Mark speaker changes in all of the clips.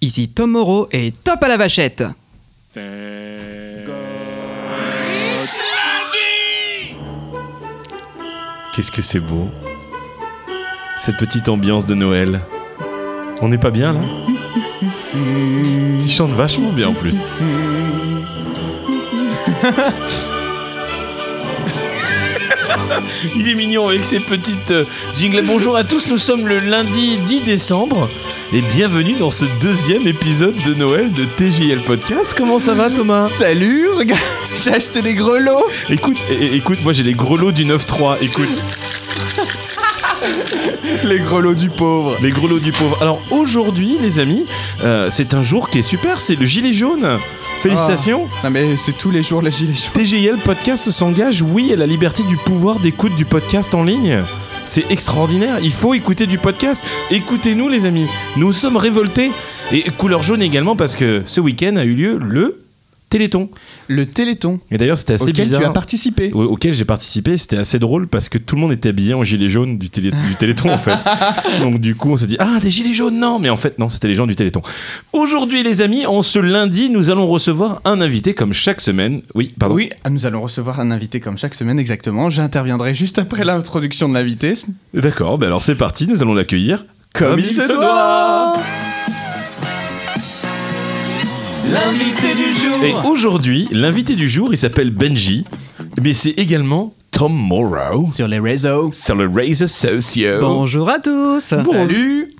Speaker 1: Ici Tom Moreau et top à la vachette
Speaker 2: Qu'est-ce que c'est beau Cette petite ambiance de Noël. On n'est pas bien là Tu chantes vachement bien en plus.
Speaker 3: Il est mignon avec ses petites euh, jingles. Bonjour à tous, nous sommes le lundi 10 décembre et bienvenue dans ce deuxième épisode de Noël de TJL Podcast. Comment ça va Thomas
Speaker 4: Salut, regarde, j'ai acheté des grelots.
Speaker 2: Écoute, é- é- écoute, moi j'ai les grelots du 9-3, écoute,
Speaker 4: Les grelots du pauvre.
Speaker 2: les grelots du pauvre. Alors aujourd'hui les amis, euh, c'est un jour qui est super, c'est le gilet jaune. Félicitations
Speaker 4: Non mais c'est tous les jours les gilets jaunes.
Speaker 2: TGL Podcast s'engage, oui, à la liberté du pouvoir d'écoute du podcast en ligne. C'est extraordinaire, il faut écouter du podcast. Écoutez-nous les amis, nous sommes révoltés. Et couleur jaune également parce que ce week-end a eu lieu le Téléthon.
Speaker 4: Le Téléthon
Speaker 2: Et d'ailleurs c'était assez
Speaker 4: auquel
Speaker 2: bizarre.
Speaker 4: tu as participé.
Speaker 2: au- auquel j'ai participé, c'était assez drôle parce que tout le monde était habillé en gilet jaune du, télé- du Téléthon en fait. Donc du coup, on s'est dit ah des gilets jaunes non, mais en fait non, c'était les gens du Téléthon. Aujourd'hui les amis, en ce lundi, nous allons recevoir un invité comme chaque semaine. Oui, pardon.
Speaker 4: Oui, ah, nous allons recevoir un invité comme chaque semaine exactement. J'interviendrai juste après l'introduction de l'invité.
Speaker 2: D'accord, bah alors c'est parti, nous allons l'accueillir.
Speaker 3: L'invité du jour
Speaker 2: Et aujourd'hui, l'invité du jour, il s'appelle Benji, mais c'est également Tom Morrow
Speaker 4: Sur les réseaux.
Speaker 2: sur le Razor
Speaker 4: Oh.
Speaker 2: Socio.
Speaker 1: Bonjour à tous
Speaker 2: Bon,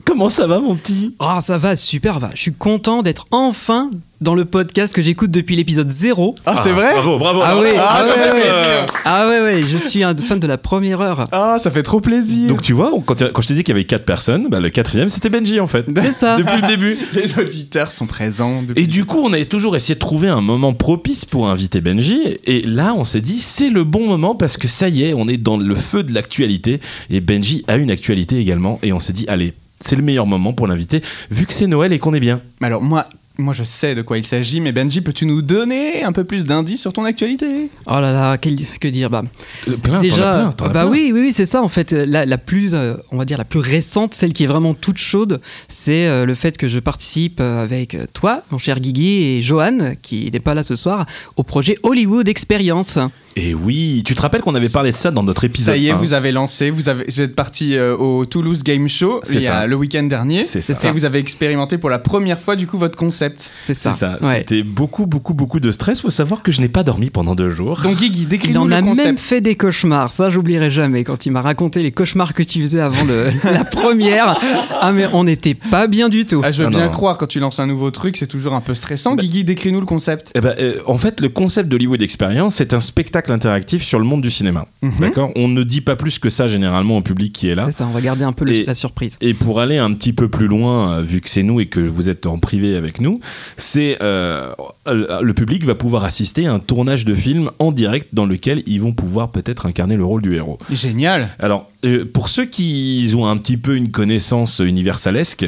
Speaker 2: Comment ça va mon petit
Speaker 1: Ah ça va super va, je suis content d'être enfin dans le podcast que j'écoute depuis l'épisode 0.
Speaker 4: Ah, c'est vrai
Speaker 2: Bravo, bravo.
Speaker 1: Ah
Speaker 2: bravo.
Speaker 1: oui, ah
Speaker 2: ça
Speaker 1: ouais,
Speaker 2: fait
Speaker 1: ouais.
Speaker 2: plaisir.
Speaker 1: Ah ouais ouais, je suis un fan de la première heure.
Speaker 4: Ah, ça fait trop plaisir.
Speaker 2: Donc tu vois, on- quand, quand je t'ai dit qu'il y avait quatre personnes, bah, le quatrième c'était Benji en fait.
Speaker 1: C'est ça.
Speaker 2: Depuis le début.
Speaker 4: les auditeurs sont présents.
Speaker 2: Et du coup, on a toujours essayé de trouver un moment propice pour inviter Benji. Et là, on s'est dit, c'est le bon moment parce que ça y est, on est dans le feu de l'actualité. Et Benji a une actualité également. Et on s'est dit, allez, c'est le meilleur moment pour l'inviter, vu que c'est Noël et qu'on est bien.
Speaker 4: Mais alors moi, moi je sais de quoi il s'agit, mais Benji, peux-tu nous donner un peu plus d'indices sur ton actualité
Speaker 1: Oh là là, quel- que dire bah
Speaker 2: Euh, plein, t'en as
Speaker 1: déjà
Speaker 2: plein, t'en as
Speaker 1: bah
Speaker 2: plein.
Speaker 1: oui oui oui, c'est ça en fait Euh, la, la plus euh, on va dire la plus récente celle qui est vraiment toute chaude c'est euh, le fait que je participe euh, avec euh, toi mon cher Guigui et Johan euh, qui n'est pas là ce soir au projet Hollywood Experience
Speaker 2: Et oui, tu te rappelles qu'on avait parlé de ça dans notre épisode.
Speaker 4: Ça y est,
Speaker 2: un.
Speaker 4: vous avez lancé, vous, avez, vous êtes parti euh, au Toulouse Game Show
Speaker 2: C'est
Speaker 4: il y a
Speaker 2: ça.
Speaker 4: le week-end dernier.
Speaker 2: C'est ça.
Speaker 4: Et vous avez expérimenté pour la première fois du coup votre concept.
Speaker 1: c'est
Speaker 2: C'est
Speaker 1: ça,
Speaker 2: ça,
Speaker 1: Ouais.
Speaker 2: c'était beaucoup, beaucoup, beaucoup de stress. Faut savoir que je n'ai pas dormi pendant deux jours.
Speaker 4: Donc Guigui,
Speaker 1: il
Speaker 4: décris-nous
Speaker 1: en
Speaker 4: le
Speaker 1: a même
Speaker 4: concept.
Speaker 1: fait des cauchemars, ça j'oublierai jamais quand il m'a raconté les cauchemars que tu faisais avant le- la première. Ah mais on n'était pas bien du tout.
Speaker 4: Ah, je veux
Speaker 2: Ah,
Speaker 4: bien
Speaker 2: non. Bah-
Speaker 4: croire, quand tu lances un nouveau truc, c'est toujours un peu stressant. Guigui, décris-nous le concept.
Speaker 2: Eh ben, euh, en fait, le concept d'Hollywood Experience, c'est un spectacle interactif sur le monde du cinéma. D'accord On ne dit pas plus que ça généralement au public qui est là.
Speaker 1: C'est ça, on va garder un peu le-
Speaker 2: Et-
Speaker 1: la surprise.
Speaker 2: Et pour aller un petit peu plus loin, euh, vu que c'est nous et que vous êtes en privé avec nous, c'est euh, euh, le public va pouvoir assister à un tournage de film en direct dans lequel ils vont pouvoir peut-être incarner le rôle du héros.
Speaker 4: Génial.
Speaker 2: Alors, euh, pour ceux qui ont un petit peu une connaissance universalesque,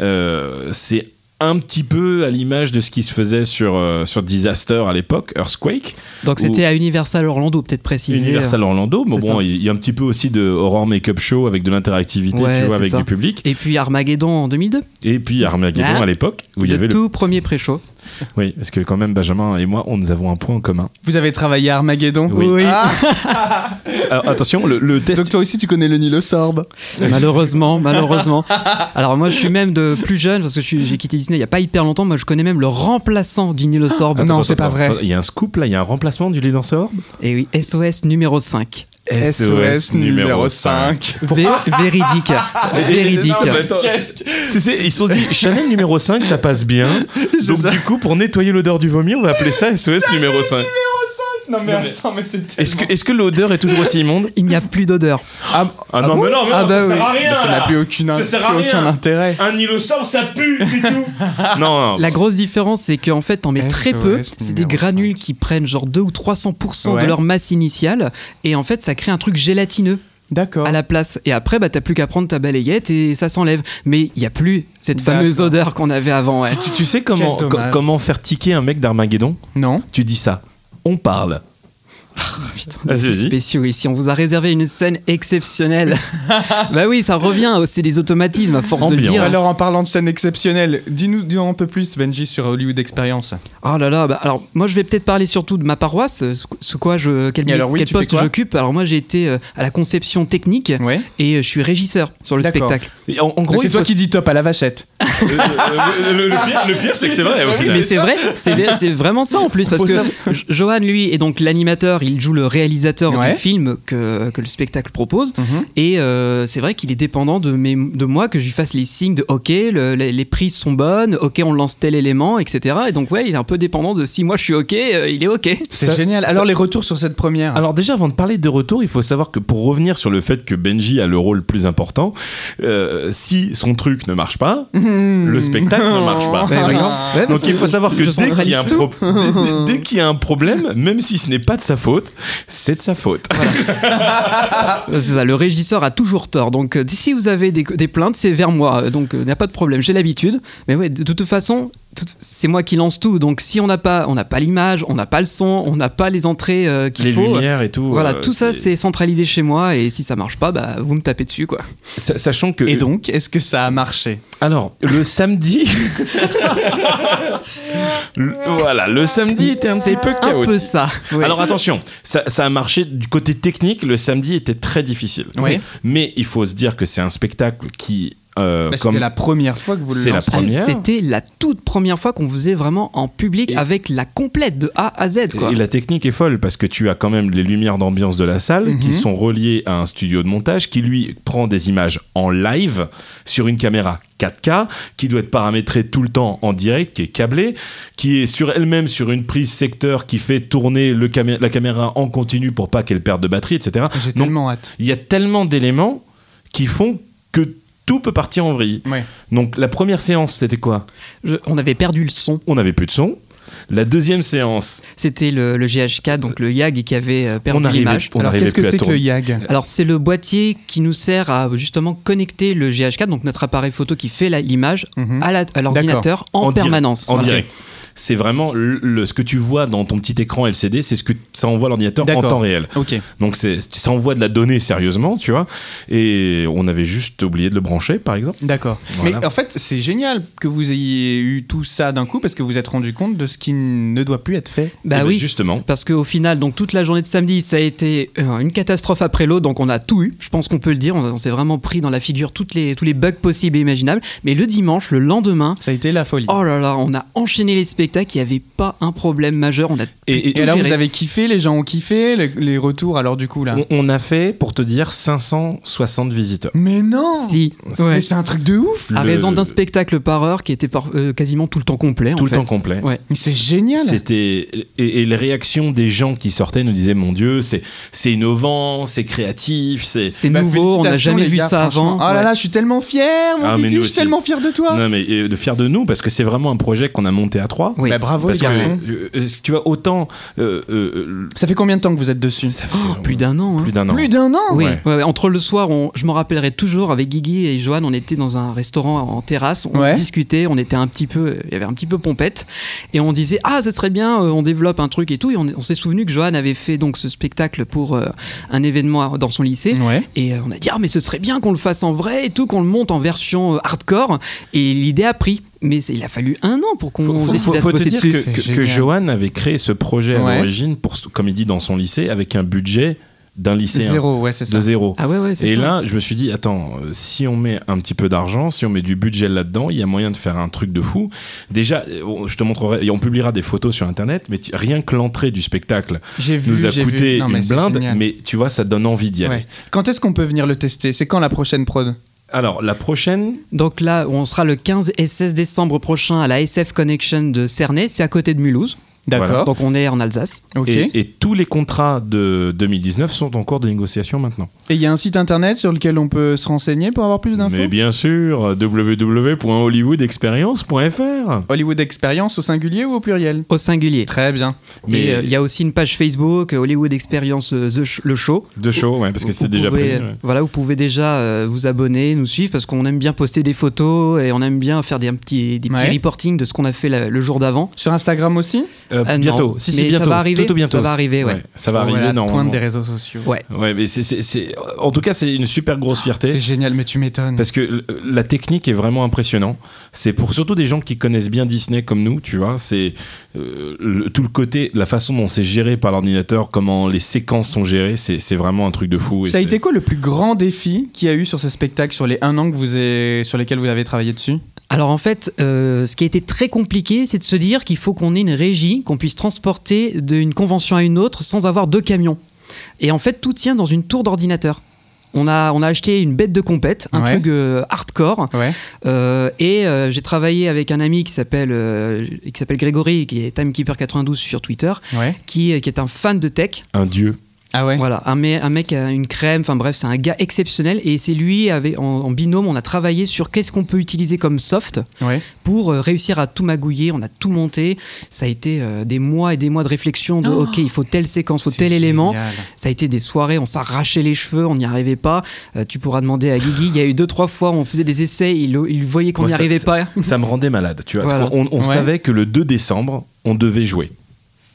Speaker 2: euh, c'est un petit peu à l'image de ce qui se faisait sur, euh, sur Disaster à l'époque, Earthquake.
Speaker 1: Donc c'était à Universal Orlando, peut-être préciser.
Speaker 2: Universal Orlando, mais
Speaker 1: c'est
Speaker 2: bon,
Speaker 1: ça.
Speaker 2: il y a un petit peu aussi de horror make-up show avec de l'interactivité,
Speaker 1: Ouais,
Speaker 2: tu vois,
Speaker 1: c'est
Speaker 2: avec
Speaker 1: ça.
Speaker 2: du public.
Speaker 1: Et puis Armageddon en 2002,
Speaker 2: Et puis Armageddon
Speaker 1: Ah.
Speaker 2: à l'époque, où il y
Speaker 1: le
Speaker 2: avait le...
Speaker 1: tout premier pré-show.
Speaker 2: Oui, parce que quand même, Benjamin et moi, on nous avons un point en commun.
Speaker 4: Vous avez travaillé à Armageddon
Speaker 2: Oui. Oui.
Speaker 4: Ah,
Speaker 2: Alors, attention, le, le test...
Speaker 4: donc toi aussi tu connais le Nilosorbe.
Speaker 1: Malheureusement, malheureusement. Alors moi je suis même de plus jeune, parce que je suis- j'ai quitté Disney il n'y a pas hyper longtemps, moi je connais même le remplaçant du Nilo Sorb.
Speaker 4: Ah, non.
Speaker 2: Attends,
Speaker 4: c'est
Speaker 2: attends,
Speaker 4: pas vrai.
Speaker 2: attends, Il y a un scoop, là, il y a un remplacement du Lédansor
Speaker 1: Et Eh oui, SOS numéro 5.
Speaker 4: SOS numéro 5.
Speaker 1: Vé- véridique. Véridique.
Speaker 2: Ah, bah, Tu sais, ils se sont dit, Chanel numéro 5, ça passe bien. Donc,
Speaker 4: ça.
Speaker 2: du coup, pour nettoyer l'odeur du vomi, on va appeler ça SOS numéro 5.
Speaker 4: Non mais attends, mais c'était.
Speaker 2: Est-ce que, est-ce que l'odeur est toujours aussi immonde
Speaker 1: Il n'y a plus d'odeur.
Speaker 2: ah, non,
Speaker 4: bon
Speaker 2: mais non, mais non,
Speaker 1: Ah bah
Speaker 2: ça sert
Speaker 1: oui.
Speaker 2: à rien,
Speaker 4: Ça
Speaker 2: là.
Speaker 4: n'a plus aucune
Speaker 2: Ça sert à
Speaker 4: aucun
Speaker 2: rien.
Speaker 4: intérêt.
Speaker 2: Un îlot ça pue, c'est tout. non, non.
Speaker 1: La grosse différence, c'est qu'en fait, t'en mets très peu.
Speaker 4: SOS
Speaker 1: C'est des
Speaker 4: numéro
Speaker 1: granules qui prennent genre 2 ou 300%
Speaker 4: Ouais.
Speaker 1: de leur masse initiale. Et en fait, ça crée un truc gélatineux
Speaker 4: D'accord.
Speaker 2: Oh.
Speaker 1: à la place. Et après, bah, t'as plus qu'à prendre ta balayette et ça s'enlève. Mais il n'y a plus cette
Speaker 4: D'accord.
Speaker 1: fameuse odeur qu'on avait avant. ouais.
Speaker 2: Tu, tu sais comment,
Speaker 4: Quel dommage.
Speaker 2: co- comment faire tiquer un mec d'Armageddon
Speaker 4: Non.
Speaker 2: Tu dis ça. On parle.
Speaker 1: putain,
Speaker 2: Vas-y,
Speaker 1: des
Speaker 2: vas-y.
Speaker 1: spéciaux ici. On vous a réservé une scène exceptionnelle. bah oui, ça revient, c'est des automatismes à force de le
Speaker 2: Ambiance.
Speaker 1: dire.
Speaker 4: Alors, en parlant de scène exceptionnelle, dis-nous dis-nous un peu plus, Benji, sur Hollywood Experience.
Speaker 1: Oh là là, bah, alors moi je vais peut-être parler surtout de ma paroisse, euh, sous- sous quoi je, quel,
Speaker 4: Et alors, oui,
Speaker 1: quel
Speaker 4: tu fais
Speaker 1: poste
Speaker 4: quoi
Speaker 1: j'occupe. Alors moi j'ai été euh, à la conception technique
Speaker 4: Ouais.
Speaker 1: et euh, je suis régisseur sur le
Speaker 4: D'accord.
Speaker 1: spectacle.
Speaker 2: Et En, en gros,
Speaker 4: c'est
Speaker 2: il
Speaker 4: toi
Speaker 2: faut-
Speaker 4: qui dis top à la vachette.
Speaker 2: Euh, euh, le, le pire, le pire, c'est que c'est vrai. Au
Speaker 4: Ah
Speaker 2: final.
Speaker 1: Mais c'est vrai, c'est bien- c'est vraiment ça en plus parce
Speaker 2: Faut
Speaker 1: que
Speaker 2: savoir-
Speaker 1: Jo- Johan lui est donc l'animateur, il joue le réalisateur
Speaker 4: Ouais.
Speaker 1: du film que, que le spectacle propose
Speaker 4: Mhm.
Speaker 1: et euh, c'est vrai qu'il est dépendant de, mes, de moi que je lui fasse les signes de OK, le- les, les prises sont bonnes, OK on lance tel élément, etc. Et donc ouais, il est un peu dépendant de si moi je suis OK, euh, il est OK.
Speaker 4: C'est
Speaker 2: Ça-
Speaker 4: génial. Alors, les retours sur cette
Speaker 1: Ah.
Speaker 4: première.
Speaker 2: Alors déjà, avant de parler de retour, il faut savoir que pour revenir sur le fait que Benji a le rôle plus important, euh, si son truc ne marche pas, le spectacle ne marche pas.
Speaker 1: Hmm. Ouais, ouais. Ouais,
Speaker 2: Donc
Speaker 1: parce
Speaker 2: il faut savoir que
Speaker 1: je
Speaker 2: dès qu'il y, a un
Speaker 1: centralise tout.
Speaker 2: pro-
Speaker 1: euh,
Speaker 2: dès- dès- dès qu'il y a un problème, même si ce n'est pas de sa faute, c'est de sa faute.
Speaker 1: C'est ça, le régisseur a toujours tort. Donc, euh, si vous avez des, des plaintes, c'est vers moi. Donc, euh, il n'y a pas de problème. J'ai l'habitude. Mais ouais, de toute façon, tout- c'est moi qui lance tout. Donc, si on n'a pas, on n'a pas l'image, on n'a pas le son, on n'a pas les entrées euh, qu'il
Speaker 2: Les
Speaker 1: faut.
Speaker 2: lumières et tout.
Speaker 1: voilà,
Speaker 2: euh,
Speaker 1: tout ça c'est centralisé chez moi et si ça marche pas, bah vous me tapez dessus quoi.
Speaker 2: Sa- Sachant que.
Speaker 4: Et donc, est-ce que ça a
Speaker 2: Euh,
Speaker 4: marché
Speaker 2: Alors, le samedi. Le- voilà, le samedi était un petit peu
Speaker 1: Un
Speaker 2: chaotique.
Speaker 1: peu ça. Ouais.
Speaker 2: Alors attention, ça, ça a marché du côté technique. Le samedi était très difficile.
Speaker 4: Oui.
Speaker 2: Mais il faut se dire que c'est un spectacle qui, euh,
Speaker 4: Bah, C'était
Speaker 2: comme
Speaker 4: la première fois que vous le
Speaker 2: C'est la
Speaker 4: lancez.
Speaker 1: Ah,
Speaker 2: première.
Speaker 1: C'était la toute première fois qu'on faisait vraiment en public
Speaker 2: Et-
Speaker 1: avec la complète de A à Z quoi.
Speaker 2: Et la technique est folle parce que tu as quand même les lumières d'ambiance de la salle
Speaker 4: Mhm.
Speaker 2: qui sont reliées à un studio de montage qui lui prend des images en live sur une caméra 4K qui doit être paramétrée tout le temps en direct, qui est câblée, qui est sur elle-même sur une prise secteur qui fait tourner le camé- la caméra en continu pour pas qu'elle perde de batterie, etc.
Speaker 4: J'ai
Speaker 2: Donc,
Speaker 4: tellement hâte.
Speaker 2: il y a tellement d'éléments qui font que tout peut partir en vrille.
Speaker 4: Ouais.
Speaker 2: Donc la première séance, c'était quoi
Speaker 1: Je- on avait perdu le son.
Speaker 2: On n'avait plus de son. La deuxième séance,
Speaker 1: C'était le, le GHK donc le YAG qui avait euh,
Speaker 2: on
Speaker 1: perdu
Speaker 2: arrivait,
Speaker 1: l'image.
Speaker 2: on
Speaker 4: Alors,
Speaker 2: arrivait
Speaker 4: qu'est-ce que
Speaker 2: plus à
Speaker 4: c'est que
Speaker 2: tourner.
Speaker 4: le YAG
Speaker 1: Alors c'est le boîtier qui nous sert à justement connecter le GH4, donc notre appareil photo qui fait la- l'image,
Speaker 4: Mhm.
Speaker 1: à la- à l'ordinateur en,
Speaker 2: En direct.
Speaker 1: permanence.
Speaker 2: en
Speaker 1: Voilà.
Speaker 2: direct. C'est vraiment le, le- ce que tu vois dans ton petit écran LCD, c'est ce que ça envoie à l'ordinateur en
Speaker 4: D'accord.
Speaker 2: temps réel.
Speaker 4: Ok.
Speaker 2: Donc c'est ça envoie de la donnée sérieusement, tu vois. Et on avait juste oublié de le brancher, par exemple.
Speaker 4: D'accord.
Speaker 2: Voilà.
Speaker 4: Mais en fait, c'est génial que vous ayez eu tout ça d'un coup parce que vous vous êtes rendu compte de ce qui ne doit plus être fait.
Speaker 1: Bah
Speaker 2: Et ben,
Speaker 1: oui.
Speaker 2: Justement.
Speaker 1: Parce qu'au final, donc toute la journée de samedi, ça a été euh, une catastrophe après l'autre, donc on a tout eu, je pense qu'on peut le dire, on, on s'est vraiment pris dans la figure toutes les, tous les bugs possibles et imaginables. Mais le dimanche, le lendemain,
Speaker 4: Ça a été la folie.
Speaker 1: oh là là, on a enchaîné les spectacles, il n'y avait pas un problème majeur, on a
Speaker 2: Et, et-
Speaker 4: et là,
Speaker 1: géré.
Speaker 4: vous avez kiffé, les gens ont kiffé, le- les retours alors du coup là.
Speaker 2: on, on a fait, pour te dire, 560 visiteurs.
Speaker 4: Mais non
Speaker 1: si,
Speaker 4: Mais c'est un truc de ouf
Speaker 1: à
Speaker 2: Le-
Speaker 1: raison d'un spectacle par heure qui était par- euh, quasiment tout le temps complet.
Speaker 2: tout
Speaker 1: en
Speaker 2: le
Speaker 1: fait.
Speaker 2: temps complet.
Speaker 1: Ouais.
Speaker 4: Mais C'est génial
Speaker 2: C'était et, et les réactions des gens qui sortaient nous disaient mon Dieu c'est c'est innovant c'est créatif c'est
Speaker 1: C'est
Speaker 4: Bah,
Speaker 1: nouveau, on n'a
Speaker 4: félicitations,
Speaker 1: jamais
Speaker 4: les
Speaker 1: vu
Speaker 4: gars,
Speaker 1: ça avant.
Speaker 4: franchement. Oh là
Speaker 1: Ouais.
Speaker 4: là, je suis tellement fier, mon
Speaker 2: Ah, mais
Speaker 4: Guigui,
Speaker 2: nous
Speaker 4: je suis
Speaker 2: aussi.
Speaker 4: tellement fier de toi
Speaker 2: non mais et de fier de nous parce que c'est vraiment un projet qu'on a monté à trois
Speaker 1: Oui.
Speaker 4: Bah, Bravo
Speaker 2: parce
Speaker 4: les
Speaker 2: que
Speaker 4: garçons.
Speaker 2: euh, euh, tu vois autant euh, euh,
Speaker 4: Ça fait combien de temps que vous êtes dessus
Speaker 2: euh, ça fait, euh,
Speaker 1: Plus d'un an. hein.
Speaker 2: plus d'un an
Speaker 4: Plus d'un an
Speaker 1: Oui,
Speaker 2: Ouais.
Speaker 1: ouais, ouais, entre le soir, on- je m'en rappellerai toujours avec Guigui et Joanne, on était dans un restaurant en terrasse, on
Speaker 4: Ouais.
Speaker 1: discutait, on était un petit peu, il y avait un petit peu pompette, et on disait ah ce serait bien, euh, on développe un truc et tout, et on, on s'est souvenu que Joanne avait fait donc ce spectacle pour euh, un événement dans son lycée,
Speaker 4: Ouais.
Speaker 1: et euh, on a dit ah mais ce serait bien qu'on le fasse en vrai et tout, qu'on le monte en version euh, hardcore, et l'idée a pris, mais c'est- il a fallu un an pour qu'on
Speaker 2: faut,
Speaker 1: décide
Speaker 2: faut-
Speaker 1: à
Speaker 2: faut
Speaker 1: se
Speaker 2: te
Speaker 1: bosser
Speaker 2: dire
Speaker 1: dessus.
Speaker 2: que,
Speaker 4: C'est
Speaker 2: que- que
Speaker 4: génial.
Speaker 2: Johan avait créé ce projet à
Speaker 4: Ouais.
Speaker 2: l'origine pour comme il dit dans son lycée avec un budget d'un lycéen
Speaker 4: Zéro, ouais, c'est ça.
Speaker 2: de zéro
Speaker 1: Ah ouais ouais c'est
Speaker 2: Et
Speaker 1: ça.
Speaker 2: là, je me suis dit, attends, euh, si on met un petit peu d'argent, si on met du budget là-dedans, il y a moyen de faire un truc de fou. Déjà, euh, on- je te montrerai, et on publiera des photos sur Internet, mais tu- rien que l'entrée du spectacle
Speaker 4: J'ai vu,
Speaker 2: nous a
Speaker 4: j'ai vu.
Speaker 2: coûté
Speaker 4: Non, mais
Speaker 2: une
Speaker 4: c'est
Speaker 2: blinde,
Speaker 4: génial.
Speaker 2: mais tu vois, ça donne envie d'y aller.
Speaker 4: Ouais. Quand est-ce qu'on peut venir le tester C'est quand la prochaine prod
Speaker 2: Alors, la prochaine,
Speaker 1: Donc là, on sera le 15 et 16 décembre prochain à la SF Connection de Cernay, c'est à côté de Mulhouse.
Speaker 4: D'accord.
Speaker 1: Donc on est en Alsace.
Speaker 4: Ok.
Speaker 2: et, et tous les contrats de 2019 sont en cours de négociation maintenant.
Speaker 4: Et il y a un site internet sur lequel on peut se renseigner pour avoir plus d'infos
Speaker 2: Mais bien sûr, www.hollywoodexperience.fr.
Speaker 4: Hollywood Experience au singulier ou au pluriel
Speaker 1: Au singulier.
Speaker 4: Très bien.
Speaker 1: Mais
Speaker 2: Mais-
Speaker 1: il y a aussi une page Facebook, euh, Hollywood Experience euh, The Sh- le show.
Speaker 2: De show, ouais, parce que
Speaker 1: Vous-
Speaker 2: c'est
Speaker 1: vous
Speaker 2: déjà
Speaker 1: pouvez,
Speaker 2: prévu.
Speaker 1: euh,
Speaker 2: ouais.
Speaker 1: Voilà, vous pouvez déjà euh, vous abonner, nous suivre, parce qu'on aime bien poster des photos et on aime bien faire des, un petit, des petits
Speaker 4: Ouais.
Speaker 1: reportings de ce qu'on a fait la- le jour d'avant.
Speaker 4: Sur Instagram aussi
Speaker 2: Euh,
Speaker 1: Ah non,
Speaker 2: bientôt, si, si,
Speaker 1: mais
Speaker 2: bientôt.
Speaker 1: ça va arriver.
Speaker 2: Tout au bientôt.
Speaker 1: Ça va arriver. arriver, ouais.
Speaker 2: Ça va
Speaker 4: Voilà,
Speaker 2: arriver
Speaker 4: pointe
Speaker 2: normalement.
Speaker 4: des réseaux sociaux.
Speaker 1: Ouais.
Speaker 2: Ah, Ouais, mais c'est, c'est- c'est- en tout cas, c'est une super grosse fierté.
Speaker 4: C'est génial, mais tu m'étonnes.
Speaker 2: Parce que l- la technique est vraiment impressionnante. C'est pour surtout des gens qui connaissent bien Disney comme nous, tu vois. C'est euh, le- tout le côté, la façon dont c'est géré par l'ordinateur, comment les séquences sont gérées, c'est, c'est vraiment un truc de fou. Et
Speaker 4: Ça a
Speaker 2: c'est-
Speaker 4: été quoi le plus grand défi qu'il y a eu sur ce spectacle, sur les un an que vous avez, sur lesquels vous avez travaillé dessus
Speaker 1: Alors en fait, euh, ce qui a été très compliqué, c'est de se dire qu'il faut qu'on ait une régie, qu'on puisse transporter d'une convention à une autre sans avoir deux camions. Et en fait, tout tient dans une tour d'ordinateur. On a, on a acheté une bête de compète, un
Speaker 4: Ouais.
Speaker 1: truc euh, hardcore.
Speaker 4: Ouais.
Speaker 1: Euh, et euh, j'ai travaillé avec un ami qui s'appelle euh, qui s'appelle Grégory, qui est Timekeeper92 sur Twitter,
Speaker 4: Ouais.
Speaker 1: qui, qui est un fan de tech.
Speaker 2: un dieu.
Speaker 4: Ah ouais.
Speaker 1: Voilà, un, mec- un mec a une crème, enfin bref, c'est un gars exceptionnel et c'est lui, avec, en, en binôme, on a travaillé sur qu'est-ce qu'on peut utiliser comme soft
Speaker 4: Ouais.
Speaker 1: pour euh, réussir à tout magouiller, on a tout monté, ça a été euh, des mois et des mois de réflexion de ok, il faut telle séquence, faut
Speaker 4: C'est
Speaker 1: tel élément,
Speaker 4: génial.
Speaker 1: ça a été des soirées, on s'arrachait les cheveux, on n'y arrivait pas, Euh, tu pourras demander à Guigui, il y a eu deux, trois fois où on faisait des essais, il, il voyait qu'on
Speaker 2: Moi,
Speaker 1: n'y
Speaker 2: ça-
Speaker 1: arrivait
Speaker 2: ça-
Speaker 1: pas.
Speaker 2: Ça me rendait malade, tu vois.
Speaker 1: Voilà.
Speaker 2: Parce qu'on- on on
Speaker 4: Ouais.
Speaker 2: savait que le 2 décembre, on devait jouer.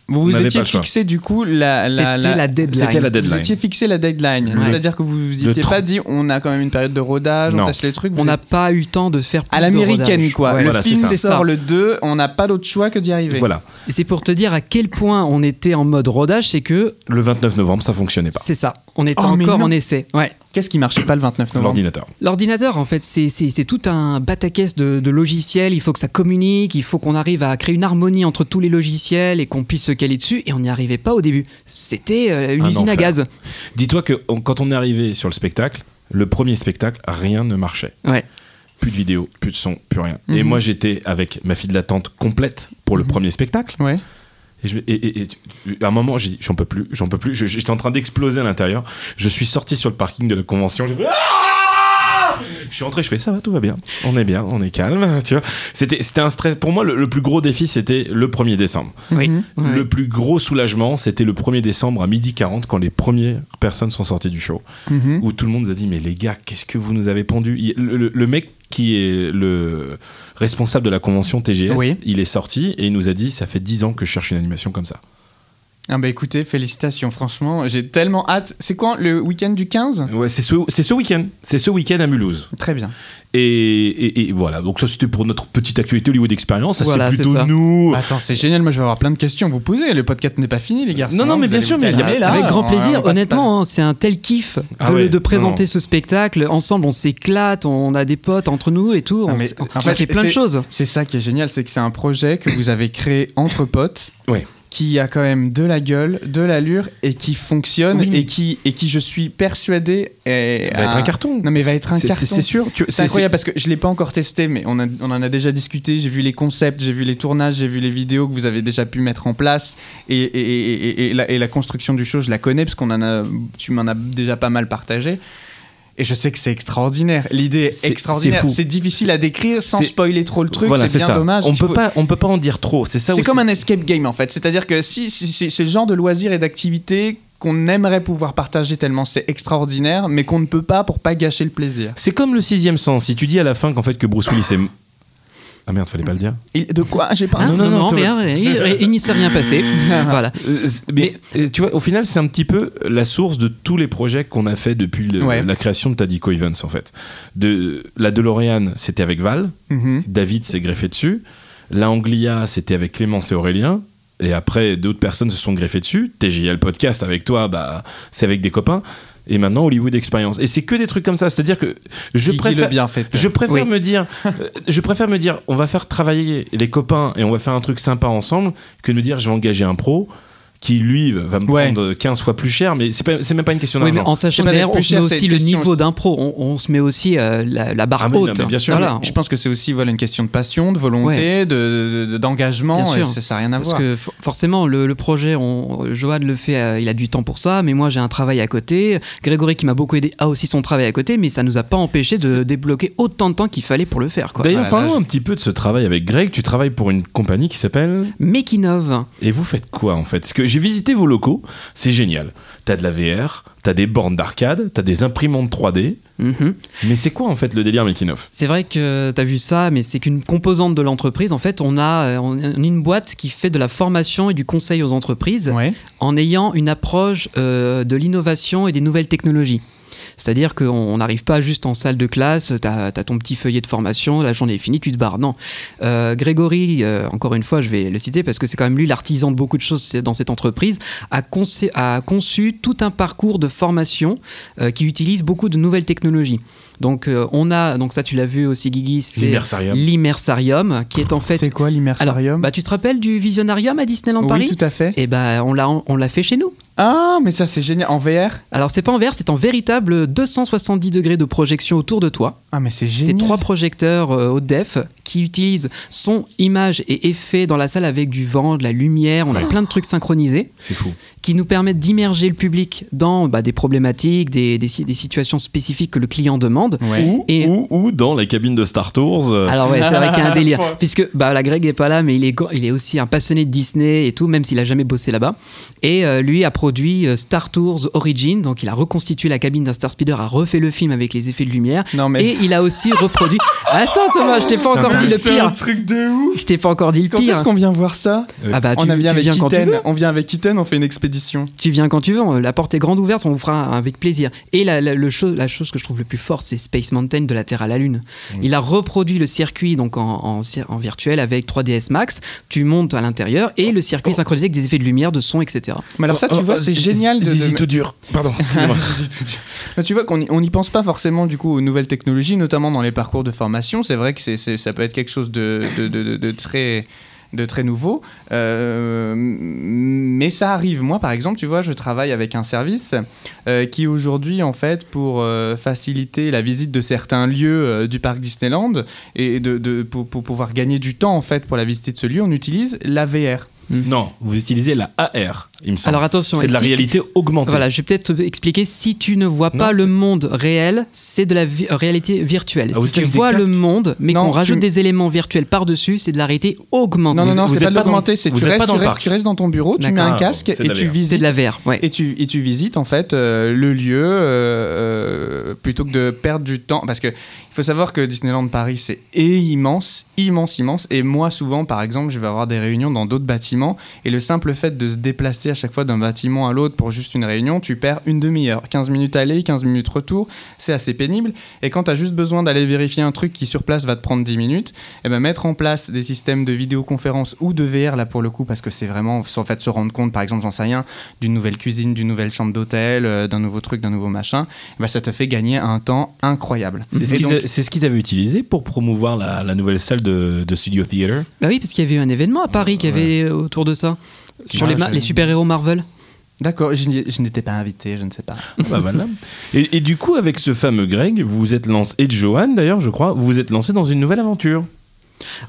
Speaker 4: Vous
Speaker 2: On
Speaker 4: vous
Speaker 2: n'avait pas
Speaker 4: étiez
Speaker 2: le choix.
Speaker 4: fixé du coup la. la-
Speaker 1: C'était la deadline.
Speaker 2: C'était la
Speaker 4: Vous
Speaker 2: deadline.
Speaker 4: étiez fixé la deadline,
Speaker 1: Ouais.
Speaker 4: c'est-à-dire que vous vous
Speaker 2: Le
Speaker 4: étiez
Speaker 2: tro-
Speaker 4: pas dit on a quand même une période de rodage,
Speaker 2: Non.
Speaker 4: on teste les trucs.
Speaker 1: On
Speaker 4: vous
Speaker 1: n'a
Speaker 4: êtes-
Speaker 1: pas eu le temps de faire plus
Speaker 4: à
Speaker 1: de
Speaker 4: l'américaine
Speaker 1: rodage.
Speaker 4: quoi.
Speaker 1: Ouais.
Speaker 4: le
Speaker 2: Voilà, c'est
Speaker 4: film
Speaker 2: ça.
Speaker 1: C'est ça.
Speaker 4: sort le 2, on n'a pas d'autre choix que d'y arriver.
Speaker 2: Voilà.
Speaker 1: Et c'est pour te dire à quel point on était en mode rodage, c'est que
Speaker 2: Le 29 novembre, ça fonctionnait pas.
Speaker 1: c'est ça, on était
Speaker 4: Oh, mais
Speaker 1: encore
Speaker 4: non.
Speaker 1: en essai. Ouais.
Speaker 4: Qu'est-ce qui marchait pas le 29 novembre
Speaker 2: L'ordinateur.
Speaker 1: L'ordinateur, en fait, c'est- c'est c'est tout un batacaisse de, de logiciels. Il faut que ça communique, il faut qu'on arrive à créer une harmonie entre tous les logiciels et qu'on puisse se caler dessus. Et on n'y arrivait pas au début. C'était euh, une
Speaker 2: Un
Speaker 1: usine à
Speaker 2: enfer.
Speaker 1: gaz.
Speaker 2: Dis-toi que on- quand on est arrivé sur le spectacle, le premier spectacle, rien ne marchait.
Speaker 1: Ouais.
Speaker 2: Plus de vidéo, plus de son, plus rien. Et
Speaker 4: Mhm.
Speaker 2: moi, j'étais avec ma file d'attente complète pour le premier spectacle.
Speaker 4: Ouais.
Speaker 2: Et, je- et- et- et tu- tu- à un moment, j'ai dit J'en peux plus, j'en peux plus. Je- J'étais en train d'exploser à l'intérieur. Je suis sorti sur le parking de la convention. Je, Ah je suis rentré, je fais Ça va, tout va bien. On est bien, on est calme. Tu vois C'était c'était un stress. Pour moi, le, le plus gros défi, c'était le 1er décembre.
Speaker 1: Oui.
Speaker 4: Mm-hmm.
Speaker 1: Ouais.
Speaker 2: Le plus gros soulagement, c'était le 1er décembre à 12h40 quand les premières personnes sont sorties du show
Speaker 4: Mhm.
Speaker 2: où tout le monde nous a dit mais les gars qu'est-ce que vous nous avez pendu Il- le, le- le mec qui est le responsable de la convention TGS
Speaker 4: Oui.
Speaker 2: il est sorti et il nous a dit ça fait 10 ans que je cherche une animation comme ça
Speaker 4: Ah bah écoutez, félicitations, franchement, j'ai tellement hâte. C'est quoi le week-end du 15
Speaker 2: ouais c'est ce, c'est ce week-end c'est ce week-end à Mulhouse
Speaker 4: Très bien.
Speaker 2: et, et- et voilà donc ça c'était pour notre petite actualité Hollywood Experience ça
Speaker 1: Voilà,
Speaker 2: c'est
Speaker 1: c'est
Speaker 2: plutôt
Speaker 1: ça.
Speaker 2: nous
Speaker 4: Attends, c'est génial, moi je vais avoir plein de questions à vous poser. Le podcast n'est pas fini, les garçons.
Speaker 2: Non, non, mais
Speaker 4: Vous
Speaker 2: bien
Speaker 4: allez
Speaker 2: sûr,
Speaker 4: vous
Speaker 2: mais il y a-
Speaker 4: calmer, là.
Speaker 1: Avec grand
Speaker 4: On-
Speaker 1: plaisir,
Speaker 4: on passe pas-
Speaker 1: honnêtement, hein, c'est un tel kiff de,
Speaker 2: Ah ouais,
Speaker 1: de
Speaker 2: non,
Speaker 1: présenter
Speaker 2: non.
Speaker 1: ce spectacle. Ensemble, on s'éclate, on a des potes entre nous et tout.
Speaker 4: Ah,
Speaker 1: on
Speaker 4: mais,
Speaker 1: s-
Speaker 4: en
Speaker 1: on a
Speaker 4: fait,
Speaker 1: fait plein de
Speaker 4: c'est-
Speaker 1: choses.
Speaker 4: C'est ça qui est génial, c'est que c'est un projet que vous avez créé entre potes.
Speaker 2: Ouais.
Speaker 4: Qui a quand même de la gueule, de l'allure et qui fonctionne
Speaker 2: Oui.
Speaker 4: et qui et qui je suis persuadé est
Speaker 2: va être un carton
Speaker 4: Non mais va être un
Speaker 2: C'est- c'est-
Speaker 4: carton.
Speaker 2: c'est sûr tu-
Speaker 4: C'est incroyable parce que je l'ai pas encore testé, mais on, a- on en a déjà discuté. J'ai vu les concepts, j'ai vu les tournages, j'ai vu les vidéos que vous avez déjà pu mettre en place et, et- et- et- et la, et la construction du show, je la connais parce qu'on en a, tu m'en as déjà pas mal partagé. Et je sais que c'est extraordinaire. L'idée est,
Speaker 2: C'est-
Speaker 4: extraordinaire.
Speaker 2: c'est fou.
Speaker 4: C'est difficile à décrire sans
Speaker 2: C'est-
Speaker 4: spoiler trop le truc.
Speaker 2: Voilà,
Speaker 4: c'est bien
Speaker 2: ça.
Speaker 4: dommage.
Speaker 2: on
Speaker 4: Il
Speaker 2: peut
Speaker 4: faut-
Speaker 2: pas on peut pas en dire trop c'est ça
Speaker 4: C'est
Speaker 2: aussi.
Speaker 4: comme un escape game en fait. C'est-à-dire que si, si- si- c'est le genre de loisirs et d'activités qu'on aimerait pouvoir partager tellement c'est extraordinaire, mais qu'on ne peut pas pour pas gâcher le plaisir.
Speaker 2: c'est comme le sixième sens si tu dis à la fin qu'en fait que Bruce Willis est ah merde fallait pas le dire
Speaker 4: Et de quoi J'ai pas.
Speaker 1: Hein
Speaker 2: Ah, non, non, non,
Speaker 1: rien, rien, il n'y s'est rien passé. voilà.
Speaker 2: Euh, mais, euh, tu vois, au final, c'est un petit peu la source de tous les projets qu'on a fait depuis le-
Speaker 4: Ouais.
Speaker 2: la création de Tadico Evans, en fait. De, la DeLorean, c'était avec Val,
Speaker 4: Mhm.
Speaker 2: David s'est greffé dessus, la Anglia, c'était avec Clémence et Aurélien, et après, d'autres personnes se sont greffées dessus. TJL Podcast avec toi, bah, c'est avec des copains, et maintenant Hollywood Experience. Et c'est que des trucs comme ça, c'est-à-dire que je
Speaker 4: Guigui
Speaker 2: préfère.
Speaker 4: le bienfaiteur.
Speaker 2: Je préfère
Speaker 1: Oui.
Speaker 2: me dire, euh, je préfère me dire, on va faire travailler les copains et on va faire un truc sympa ensemble que de me dire, je vais engager un pro qui lui va me
Speaker 4: Ouais.
Speaker 2: prendre 15 fois plus cher, mais c'est pas, c'est même pas une question
Speaker 1: Oui, mais
Speaker 2: d'argent.
Speaker 1: en sachant
Speaker 4: C'est pas
Speaker 1: d'ailleurs,
Speaker 4: d'être
Speaker 1: on
Speaker 4: plus
Speaker 1: se met
Speaker 4: cher, c'est
Speaker 1: aussi
Speaker 4: une
Speaker 1: le
Speaker 4: question
Speaker 1: niveau
Speaker 4: aussi.
Speaker 1: d'impro, on, on se met aussi euh, la, la barre
Speaker 2: Ah, mais non,
Speaker 1: haute.
Speaker 2: mais bien sûr,
Speaker 1: Voilà,
Speaker 4: Je pense que c'est aussi voilà, une question de passion, de volonté,
Speaker 1: Ouais.
Speaker 4: de- de- de- d'engagement.
Speaker 1: Bien
Speaker 4: et
Speaker 1: sûr.
Speaker 4: ça n'a rien à
Speaker 1: Parce
Speaker 4: voir.
Speaker 1: que for- forcément, le, le projet, on, Johan le fait, euh, il a du temps pour ça, mais moi j'ai un travail à côté. Grégory qui m'a beaucoup aidé a aussi son travail à côté, mais ça nous a pas empêché de débloquer autant de temps qu'il fallait pour le faire. Quoi.
Speaker 2: D'ailleurs,
Speaker 4: Ah,
Speaker 2: parlons
Speaker 4: là,
Speaker 2: un petit peu de ce travail avec Greg. Tu travailles pour une compagnie qui s'appelle.
Speaker 1: Making of.
Speaker 2: Et vous faites quoi en fait Parce que j'ai visité vos locaux, c'est génial. T'as de la VR, t'as des bornes d'arcade, t'as des imprimantes 3D.
Speaker 1: Mhm.
Speaker 2: Mais c'est quoi en fait le délire Mekinov
Speaker 1: C'est vrai que tu as vu ça, mais c'est qu'une composante de l'entreprise. En fait, on a euh, on est une boîte qui fait de la formation et du conseil aux entreprises
Speaker 4: Ouais.
Speaker 1: en ayant une approche euh, de l'innovation et des nouvelles technologies. C'est-à-dire qu'on on n'arrive pas juste en salle de classe, t'as as ton petit feuillet de formation, la journée est finie, tu te barres. Non. Euh, Grégory, euh, encore une fois, je vais le citer parce que c'est quand même lui l'artisan de beaucoup de choses dans cette entreprise, a, conce- a conçu tout un parcours de formation euh, qui utilise beaucoup de nouvelles technologies. Donc euh, on a, donc ça tu l'as vu aussi Guigui, c'est
Speaker 2: L'immersarium.
Speaker 1: l'immersarium qui est en fait...
Speaker 4: C'est quoi
Speaker 1: Alors,
Speaker 4: l'immersarium
Speaker 1: bah, tu te rappelles du visionarium à Disneyland Paris
Speaker 4: Oui, tout à fait.
Speaker 1: Eh ben, on l'a, on l'a fait chez nous.
Speaker 4: bah, Ah, mais ça, c'est génial. En VR
Speaker 1: Alors, c'est pas en verre, c'est en véritable 270 degrés de projection autour de toi.
Speaker 4: Ah, mais c'est
Speaker 1: C'est
Speaker 4: génial.
Speaker 1: trois projecteurs euh, au def qui utilisent son, image et effet dans la salle avec du vent, de la lumière. On a plein de trucs synchronisés
Speaker 2: C'est fou.
Speaker 1: qui nous permettent d'immerger le public dans bah, des problématiques, des, des si- des situations spécifiques que le client demande.
Speaker 4: Ouais.
Speaker 2: Ou,
Speaker 1: Et-
Speaker 2: ou, ou dans la cabine de Star Tours. euh,
Speaker 1: Alors ouais, c'est vrai qu'il y a un délire.
Speaker 4: Ouais.
Speaker 1: Puisque bah, la Greg est pas là, mais il est, go- il est aussi un passionné de Disney et tout, même s'il a jamais bossé là-bas. Et euh, lui a produit euh, Star Tours Origin, donc il a reconstitué la cabine d'un Star Speeder, a refait le film avec les effets de lumière.
Speaker 4: Non, mais.
Speaker 1: Et il a aussi reproduit. Attends Thomas, je t'ai pas
Speaker 2: C'est
Speaker 1: encore
Speaker 2: un
Speaker 1: dit le pire.
Speaker 4: truc de ouf
Speaker 1: Je t'ai pas encore dit le
Speaker 4: Quand est-ce
Speaker 1: pire.
Speaker 4: qu'on vient voir ça
Speaker 1: Ah bah tu,
Speaker 4: On a
Speaker 1: tu
Speaker 4: vient avec
Speaker 1: viens quand tu veux.
Speaker 4: Kitten. On vient avec Kitten, on fait une expédition.
Speaker 1: Tu viens quand tu veux. La porte est grande ouverte, on vous fera avec plaisir. Et la, la- le cho- la chose que je trouve le plus fort, c'est Space Mountain de la Terre à la Lune. Il a reproduit le circuit donc en, en cir- en virtuel avec 3ds Max. Tu montes à l'intérieur et le circuit est synchronisé avec des effets de lumière, de son, etc.
Speaker 4: Mais alors ça, tu
Speaker 2: oh,
Speaker 4: vois,
Speaker 2: oh,
Speaker 4: c'est
Speaker 2: z-
Speaker 4: génial de...
Speaker 2: z- Zizi
Speaker 4: de-
Speaker 2: tout dur. Pardon, excusez-moi.
Speaker 4: Mais tu vois qu'on n'y on n'y pense pas forcément du coup aux nouvelles technologies, notamment dans les parcours de formation. C'est vrai que c'est c'est- ça peut être quelque chose de, de, de- de- de très de très nouveau, Euh, mais ça arrive. Moi, par exemple, tu vois, je travaille avec un service euh, qui aujourd'hui, en fait, pour euh, faciliter la visite de certains lieux euh, du parc Disneyland et de, de- pour, pour pouvoir gagner du temps, en fait, pour la visite de ce lieu, on utilise la VR.
Speaker 2: non, vous utilisez la AR, il me semble.
Speaker 1: Alors attention,
Speaker 2: c'est de la
Speaker 1: si-
Speaker 2: réalité augmentée.
Speaker 1: Voilà, je vais peut-être te expliquer. Si tu ne vois pas
Speaker 2: Non,
Speaker 1: le monde réel, c'est de la vi- euh, réalité virtuelle.
Speaker 2: Ah, vous
Speaker 1: si tu
Speaker 2: avez des
Speaker 1: vois le
Speaker 2: casques
Speaker 1: monde, mais
Speaker 4: Non,
Speaker 1: qu'on
Speaker 4: tu-
Speaker 1: rajoute des éléments virtuels par-dessus, c'est de la réalité augmentée.
Speaker 4: Non, non, non,
Speaker 2: vous êtes
Speaker 4: c'est pas de
Speaker 2: pas dans-
Speaker 4: l'augmenter, c'est
Speaker 2: vous
Speaker 4: tu
Speaker 2: êtes pas
Speaker 4: restes,
Speaker 2: dans
Speaker 4: tu
Speaker 2: le
Speaker 4: restes-
Speaker 2: parc.
Speaker 4: tu restes dans ton bureau, tu
Speaker 1: D'accord.
Speaker 4: mets
Speaker 2: Ah,
Speaker 4: un
Speaker 2: bon,
Speaker 4: casque
Speaker 2: c'est de
Speaker 4: et
Speaker 2: la
Speaker 4: tu
Speaker 2: VR.
Speaker 1: C'est
Speaker 4: visites
Speaker 1: de la VR, ouais.
Speaker 4: et tu, et tu visites en fait euh, le lieu euh, euh, plutôt que de perdre du temps parce que il faut savoir que Disneyland Paris c'est et immense immense immense et moi souvent par exemple je vais avoir des réunions dans d'autres bâtiments et le simple fait de se déplacer à chaque fois d'un bâtiment à l'autre pour juste une réunion tu perds une demi-heure 15 minutes aller 15 minutes retour c'est assez pénible et quand tu as juste besoin d'aller vérifier un truc qui sur place va te prendre 10 minutes et ben mettre en place des systèmes de vidéoconférence ou de VR là pour le coup parce que c'est vraiment en fait se rendre compte par exemple j'en sais rien d'une nouvelle cuisine, d'une nouvelle chambre d'hôtel, euh, d'un nouveau truc, d'un nouveau machin, bah, ça te fait gagner un temps incroyable.
Speaker 2: C'est ce
Speaker 4: Et
Speaker 2: qu'ils
Speaker 4: donc-
Speaker 2: a- c'est ce qu'ils avaient utilisé pour promouvoir la, la nouvelle salle de, de Studio Theater.
Speaker 1: Bah oui, parce qu'il y avait eu un événement à Paris qui avait euh, autour de ça. Sur
Speaker 4: Ah,
Speaker 1: les, ma-
Speaker 4: je-
Speaker 1: les super-héros Marvel.
Speaker 4: D'accord, je n'y- je n'étais pas invité, je ne sais pas.
Speaker 2: Bah voilà. Et, et du coup, avec ce fameux Greg, vous vous êtes lancé, et Johan d'ailleurs, je crois, vous vous êtes lancé dans une nouvelle aventure.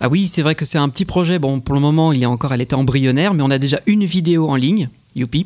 Speaker 1: Ah oui, c'est vrai que c'est un petit projet. Bon, pour le moment, il est encore à l'état embryonnaire, mais on a déjà une vidéo en ligne. Youpi.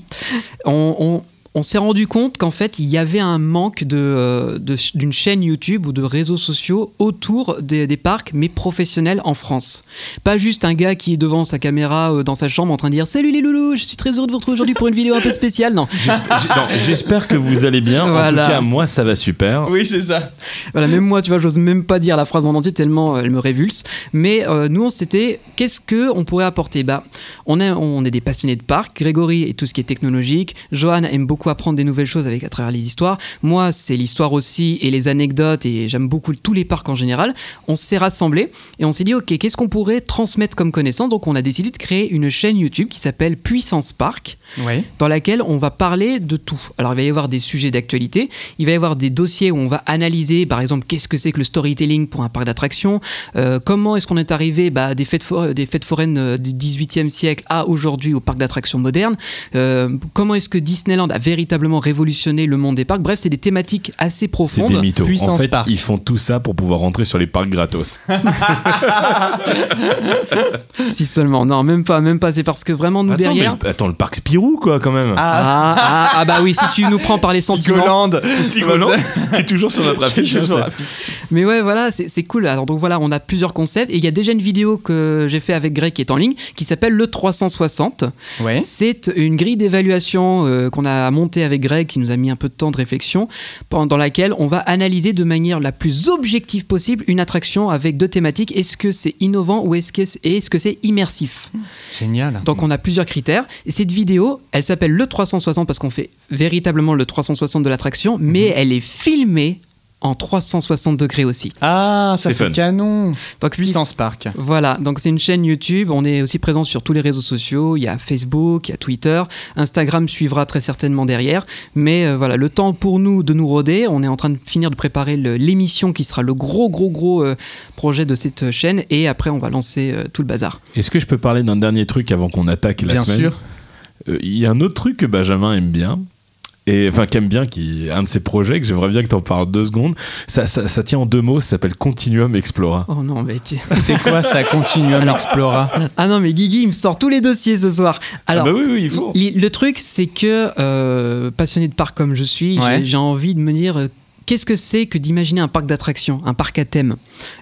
Speaker 1: On, on- on s'est rendu compte qu'en fait, il y avait un manque de, euh, de ch- d'une chaîne YouTube ou de réseaux sociaux autour des, des parcs, mais professionnels en France. Pas juste un gars qui est devant sa caméra euh, dans sa chambre en train de dire Salut les loulous, je suis très heureux de vous retrouver aujourd'hui pour une vidéo un peu spéciale. Non,
Speaker 2: J'ai- non, J'espère que vous allez bien.
Speaker 1: Voilà.
Speaker 2: En tout cas, moi, ça va super.
Speaker 4: Oui, c'est ça.
Speaker 1: Voilà, même moi, tu vois, j'ose même pas dire la phrase en entier tellement euh, elle me révulse. Mais euh, nous, on s'était, qu'est-ce que on pourrait apporter Bah, on est, on est des passionnés de parcs. Grégory et tout ce qui est technologique. Johan aime beaucoup apprendre des nouvelles choses avec à travers les histoires. Moi, c'est l'histoire aussi et les anecdotes et j'aime beaucoup tous les parcs en général. On s'est rassemblés et on s'est dit, ok, qu'est-ce qu'on pourrait transmettre comme connaissance Donc, on a décidé de créer une chaîne YouTube qui s'appelle Puissance Parc
Speaker 4: Oui.
Speaker 1: dans laquelle on va parler de tout. Alors il va y avoir des sujets d'actualité, il va y avoir des dossiers où on va analyser par exemple qu'est-ce que c'est que le storytelling pour un parc d'attractions, euh, comment est-ce qu'on est arrivé bah, des, fêtes for- des fêtes foraines euh, du 18e siècle à aujourd'hui au parc d'attractions moderne, euh, comment est-ce que Disneyland a véritablement révolutionné le monde des parcs, bref c'est des thématiques assez
Speaker 2: C'est des
Speaker 1: profondes.
Speaker 2: mythos. En
Speaker 4: puissance
Speaker 2: fait,
Speaker 4: parc.
Speaker 2: ils font tout ça pour pouvoir rentrer sur les parcs gratos.
Speaker 1: Si seulement, non même pas, même pas, c'est parce que vraiment nous
Speaker 2: Attends,
Speaker 1: derrière...
Speaker 2: mais le- attends, le parc Spirou, Giroud, quoi, quand même.
Speaker 1: Ah, ah, ah, bah oui, si tu nous prends par les sentiments.
Speaker 4: Sigolande.
Speaker 2: Sigolande, qui est toujours sur notre affiche.
Speaker 4: Toujours
Speaker 2: putain.
Speaker 4: affiché.
Speaker 1: Mais ouais, voilà, c'est c'est cool. Alors donc voilà, on a plusieurs concepts. Et il y a déjà une vidéo que j'ai fait avec Greg qui est en ligne, qui s'appelle le 360.
Speaker 4: Ouais.
Speaker 1: C'est une grille d'évaluation euh, qu'on a montée avec Greg, qui nous a mis un peu de temps de réflexion, pendant dans laquelle on va analyser de manière la plus objective possible une attraction avec deux thématiques. Est-ce que c'est innovant ou est-ce que c'est est -ce c'est immersif
Speaker 4: Génial.
Speaker 1: Donc on a plusieurs critères. Et cette vidéo, elle s'appelle le 360 parce qu'on fait véritablement le 360 de l'attraction, mais elle est filmée en 360 degrés aussi.
Speaker 4: Ah, ça
Speaker 2: C'est fun.
Speaker 4: c'est canon.
Speaker 1: Donc ce qui-
Speaker 4: Puissance Park.
Speaker 1: Voilà, donc c'est une chaîne YouTube, on est aussi présent sur tous les réseaux sociaux, il y a Facebook, il y a Twitter, Instagram suivra très certainement derrière, mais euh, voilà, le temps pour nous de nous rôder, on est en train de finir de préparer le- l'émission qui sera le gros gros gros euh, projet de cette euh, chaîne, et après on va lancer euh, tout le bazar.
Speaker 2: Est-ce que je peux parler d'un dernier truc avant qu'on attaque la
Speaker 4: Bien
Speaker 2: semaine
Speaker 4: sûr.
Speaker 2: Euh, Il y a un autre truc que Benjamin aime bien. Et enfin, qu'aime bien, qui est un de ses projets, que j'aimerais bien que tu en parles deux secondes. Ça, ça, ça tient en deux mots, ça s'appelle Continuum Explora.
Speaker 1: Oh non, mais... t'es-
Speaker 4: C'est quoi ça Continuum Explora
Speaker 1: Ah non, mais Guigui, il me sort tous les dossiers ce soir. Alors,
Speaker 2: ah bah oui, oui, il faut.
Speaker 1: Li- Le truc, c'est que, euh, passionné de parc comme je suis, j'ai-
Speaker 4: Ouais.
Speaker 1: j'ai envie de me dire. euh, Qu'est-ce que c'est que d'imaginer un parc d'attractions, un parc à thème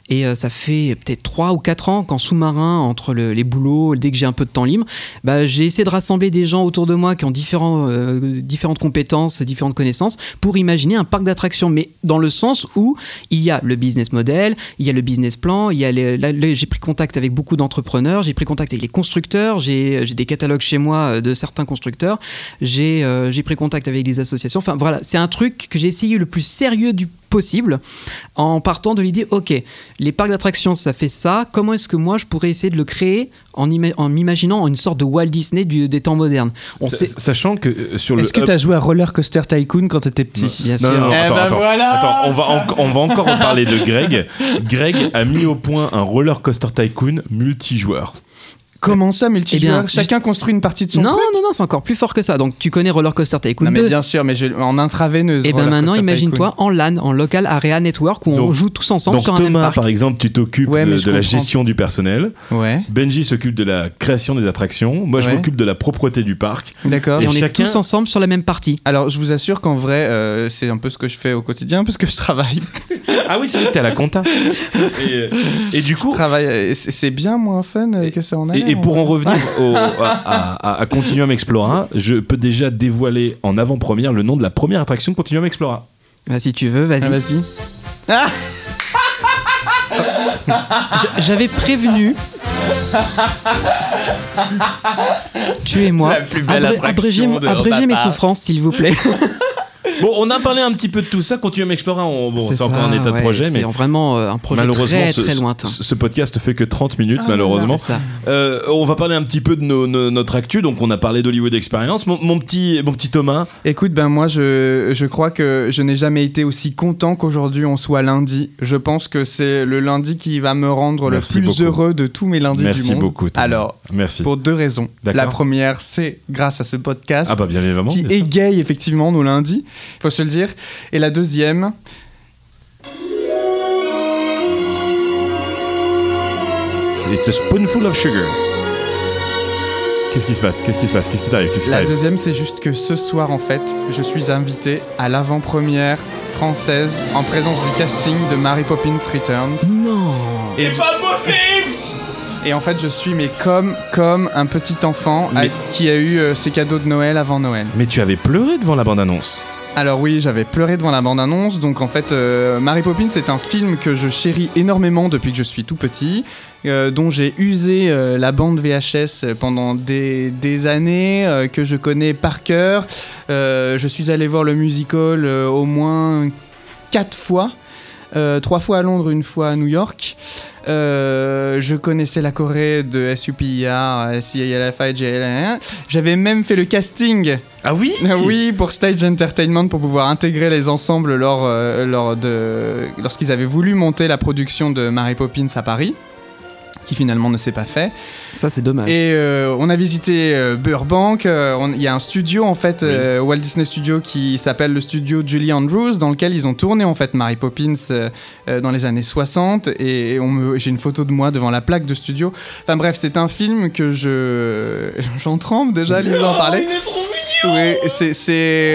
Speaker 1: Et euh, ça fait peut-être 3 ou 4 ans qu'en sous-marin, entre le- les boulots, dès que j'ai un peu de temps libre, bah, j'ai essayé de rassembler des gens autour de moi qui ont différents, euh, différentes compétences, différentes connaissances, pour imaginer un parc d'attractions. Mais dans le sens où il y a le business model, il y a le business plan, il y a les- là, là, j'ai pris contact avec beaucoup d'entrepreneurs, j'ai pris contact avec les constructeurs, j'ai j'ai des catalogues chez moi euh, de certains constructeurs, j'ai euh, j'ai pris contact avec des associations. Enfin voilà, c'est un truc que j'ai essayé le plus sérieux du possible en partant de l'idée, ok, les parcs d'attractions, ça fait ça, comment est-ce que moi je pourrais essayer de le créer en, ima- en m'imaginant une sorte de Walt Disney du- des temps modernes On
Speaker 2: Sa-
Speaker 1: sait...
Speaker 2: Sachant que euh, sur le.
Speaker 4: Est-ce que
Speaker 2: hub-
Speaker 4: t'as joué à Roller Coaster Tycoon quand t'étais petit
Speaker 1: Bien
Speaker 2: Non,
Speaker 1: sûr.
Speaker 2: non, non,
Speaker 4: Eh
Speaker 2: attends,
Speaker 4: ben
Speaker 2: attends.
Speaker 4: voilà,
Speaker 2: Attends, on va, en- on va encore en parler de Greg. Greg a mis au point un roller coaster tycoon multijoueur.
Speaker 4: Comment ça
Speaker 1: Eh
Speaker 4: multijoueur
Speaker 1: bien,
Speaker 4: Chacun construit une partie de son
Speaker 1: Non,
Speaker 4: truc
Speaker 1: non, non, c'est encore plus fort que ça. Donc tu connais Roller Coaster Tycoon
Speaker 4: Non, mais
Speaker 1: 2,
Speaker 4: bien sûr, mais je- en intraveineuse.
Speaker 1: Et ben
Speaker 4: Roller
Speaker 1: maintenant,
Speaker 4: Coaster
Speaker 1: imagine-toi
Speaker 4: Tycoon.
Speaker 1: en LAN, en local area network, où on
Speaker 2: Donc-
Speaker 1: joue tous ensemble
Speaker 2: Donc
Speaker 1: sur un même
Speaker 2: Thomas,
Speaker 1: parc.
Speaker 2: par exemple, tu t'occupes
Speaker 4: Ouais,
Speaker 2: de,
Speaker 4: mais
Speaker 2: de
Speaker 4: je
Speaker 2: la
Speaker 4: comprends.
Speaker 2: gestion du personnel.
Speaker 4: Ouais,
Speaker 2: Benji s'occupe de la création des attractions. Moi, je
Speaker 4: Ouais.
Speaker 2: m'occupe de la propreté du parc.
Speaker 4: d'accord.
Speaker 1: Et on est
Speaker 2: chacun-
Speaker 1: tous ensemble sur la même partie.
Speaker 4: Alors, je vous assure qu'en vrai, euh, c'est un peu ce que je fais au quotidien parce que je travaille.
Speaker 2: Ah oui, c'est vrai que t'es à la compta. et, euh, et du
Speaker 4: Je
Speaker 2: coup.
Speaker 4: travaille. euh, c'est- C'est bien moins fun euh, que ça en a.
Speaker 2: Et, et
Speaker 4: l'air,
Speaker 2: pour
Speaker 4: en
Speaker 2: en revenir au- à, à- à Continuum Explora, je peux déjà dévoiler en avant-première le nom de la première attraction de Continuum Explora.
Speaker 1: Bah, si tu veux, vas-y.
Speaker 4: Ah, vas-y.
Speaker 1: Ah J- J'avais prévenu. tu et moi.
Speaker 4: La plus belle
Speaker 1: Abré-
Speaker 4: attraction
Speaker 1: abrégez
Speaker 4: de
Speaker 1: abrégez mes
Speaker 4: Robapart.
Speaker 1: souffrances, s'il vous plaît.
Speaker 2: Bon, on a parlé un petit peu de tout ça. Continuum Explora, on- bon, c'est
Speaker 1: ça,
Speaker 2: encore un état de
Speaker 1: ouais,
Speaker 2: projet, mais
Speaker 1: C'est vraiment euh, un projet
Speaker 2: malheureusement,
Speaker 1: très
Speaker 2: ce,
Speaker 1: très lointain.
Speaker 2: ce- ce podcast ne fait que 30 minutes,
Speaker 4: Ah,
Speaker 2: malheureusement.
Speaker 1: C'est ça.
Speaker 2: Euh, on va parler un petit peu de nos- nos- notre actu. Donc, on a parlé d'Hollywood Experience. Mon, mon petit, mon petit Thomas,
Speaker 4: Écoute, ben moi, je, je crois que je n'ai jamais été aussi content qu'aujourd'hui on soit lundi. Je pense que c'est le lundi qui va me rendre
Speaker 2: Merci
Speaker 4: le plus
Speaker 2: beaucoup.
Speaker 4: heureux de tous mes lundis du
Speaker 2: merci
Speaker 4: monde.
Speaker 2: beaucoup. Thomas.
Speaker 4: Alors,
Speaker 2: merci.
Speaker 4: pour deux raisons.
Speaker 2: D'accord.
Speaker 4: La première, c'est grâce à ce podcast
Speaker 2: Ah, bah, bien évidemment.
Speaker 4: qui
Speaker 2: bien sûr.
Speaker 4: égaye effectivement nos lundis, faut se le dire. Et la deuxième,
Speaker 2: It's a spoonful of sugar. Qu'est-ce qui se passe Qu'est-ce qui se passe Qu'est-ce qui t'arrive Qu'est-ce qui
Speaker 4: la
Speaker 2: t'arrive
Speaker 4: deuxième, c'est juste que ce soir en fait, je suis invité à l'avant-première française en présence du casting de Mary Poppins Returns.
Speaker 1: Non.
Speaker 4: C'est pas possible Et en fait, je suis mais comme comme un petit enfant à-
Speaker 2: Mais-
Speaker 4: qui a eu euh, ses cadeaux de Noël avant Noël.
Speaker 2: Mais tu avais pleuré devant la bande-annonce.
Speaker 4: Alors oui, j'avais pleuré devant la bande-annonce. Donc en fait, euh, Mary Poppins c'est un film que je chéris énormément depuis que je suis tout petit, euh, dont j'ai usé euh, la bande VHS pendant des, des années, euh, que je connais par cœur. Euh, je suis allé voir le musical euh, au moins quatre fois. Euh, trois fois à Londres, une fois à New York. Euh, je connaissais la Corée de SUPIR, SIALFI, JLN. E J'avais même fait le casting
Speaker 2: Ah oui
Speaker 4: ah Oui, pour Stage Entertainment, pour pouvoir intégrer les ensembles lors, euh, lors de, lorsqu'ils avaient voulu monter la production de Mary Poppins à Paris. qui finalement ne s'est pas fait.
Speaker 1: Ça, c'est dommage.
Speaker 4: Et euh, on a visité euh, Burbank. euh, on- Il y a un studio en fait, euh, Walt Disney Studio, qui s'appelle le studio Julie Andrews, dans lequel ils ont tourné en fait Mary Poppins euh, euh, dans les années 60. Et on me- j'ai une photo de moi devant la plaque de studio. Enfin bref, c'est un film que je j'en tremble déjà, à en parler. Oui, c'est c'est,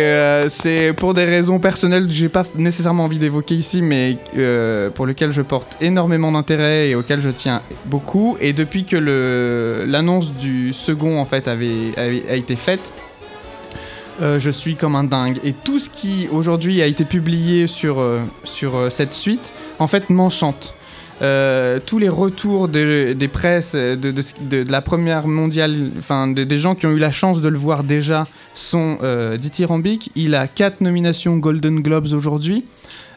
Speaker 4: euh, c'est pour des raisons personnelles que j'ai pas nécessairement envie d'évoquer ici, mais euh, pour lequel je porte énormément d'intérêt et auquel je tiens beaucoup. Et depuis que le l'annonce du second en fait avait, avait- a été faite. euh, je suis comme un dingue et tout ce qui aujourd'hui a été publié sur, euh, sur euh, cette suite en fait m'enchante. Euh, tous les retours de- des presses, euh, de, de ce- de- de la première mondiale, enfin de- des gens qui ont eu la chance de le voir déjà sont euh, dithyrambiques. Il a quatre nominations Golden Globes aujourd'hui.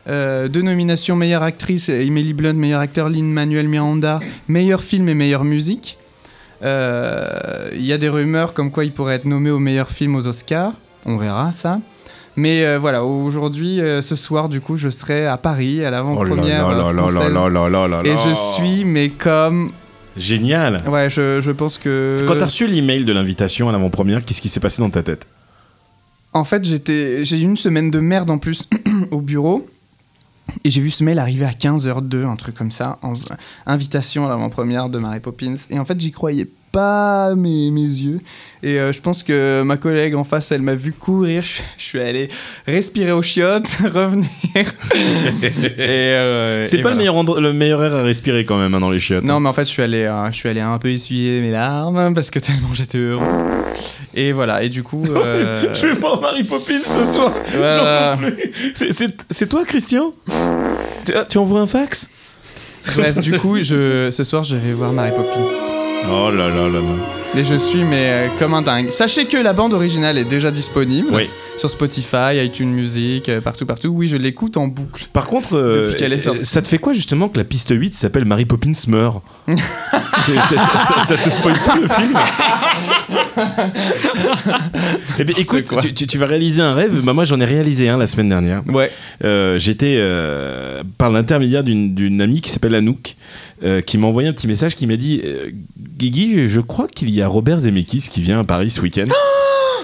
Speaker 4: Euh, deux nominations meilleure actrice, euh, Emily Blunt, meilleur acteur Lin-Manuel Miranda, meilleur film et meilleure musique. Euh, Il y a des rumeurs comme quoi il pourrait être nommé au meilleur film aux Oscars. On verra ça. Mais euh, voilà, aujourd'hui, euh, ce soir, du coup, je serai à Paris, à
Speaker 2: Oh
Speaker 4: l'avant-première euh, française. Et je suis, mais comme.
Speaker 2: Génial.
Speaker 4: Ouais, je, je pense que.
Speaker 2: Quand t'as reçu l'email de l'invitation à l'avant-première, qu'est-ce qui s'est passé dans ta tête
Speaker 4: En fait, j'étais, j'ai eu une semaine de merde en plus au bureau. Et j'ai vu ce mail arriver à 15h02, un truc comme ça. en- invitation à l'avant-première de Mary Poppins. Et en fait, j'y croyais pas mes, mes yeux. Et euh, je pense que ma collègue en face, elle m'a vu courir. Je, je suis allé respirer aux chiottes, revenir. Et, euh,
Speaker 2: C'est
Speaker 4: et
Speaker 2: pas
Speaker 4: voilà.
Speaker 2: le, meilleur endroit- le meilleur air à respirer quand même hein, dans les chiottes.
Speaker 4: Non, mais en fait, je suis allé, euh, je suis allé un peu essuyer mes larmes hein, parce que tellement j'étais heureux. Et voilà, et du coup. euh,
Speaker 2: Je vais voir Mary Poppins ce soir.
Speaker 4: voilà.
Speaker 2: C'est- C'est c'est toi, Christian tu, ah, tu envoies un fax
Speaker 4: Bref, du coup, je, ce soir, je vais voir Mary Poppins.
Speaker 2: Oh là là là là.
Speaker 4: Et je suis, mais euh, comme un dingue. Sachez que la bande originale est déjà disponible
Speaker 2: Oui.
Speaker 4: sur Spotify, iTunes Music, euh, partout, partout. Oui, je l'écoute en boucle.
Speaker 2: Par contre, euh,
Speaker 4: Depuis qu'elle est sortie.
Speaker 2: ça te fait quoi justement que la piste 8 s'appelle Mary Poppins meurt C'est- c'est- ça, ça te spoil pas le film Eh bien, écoute,
Speaker 4: quoi.
Speaker 2: tu, tu- tu vas réaliser un rêve. Bah, moi, j'en ai réalisé un la semaine dernière.
Speaker 4: Ouais.
Speaker 2: Euh, J'étais euh, par l'intermédiaire d'une d'une amie qui s'appelle Anouk, euh, qui m'a envoyé un petit message qui m'a dit euh, Guigui, je crois qu'il y a Robert Zemeckis qui vient à Paris ce week-end.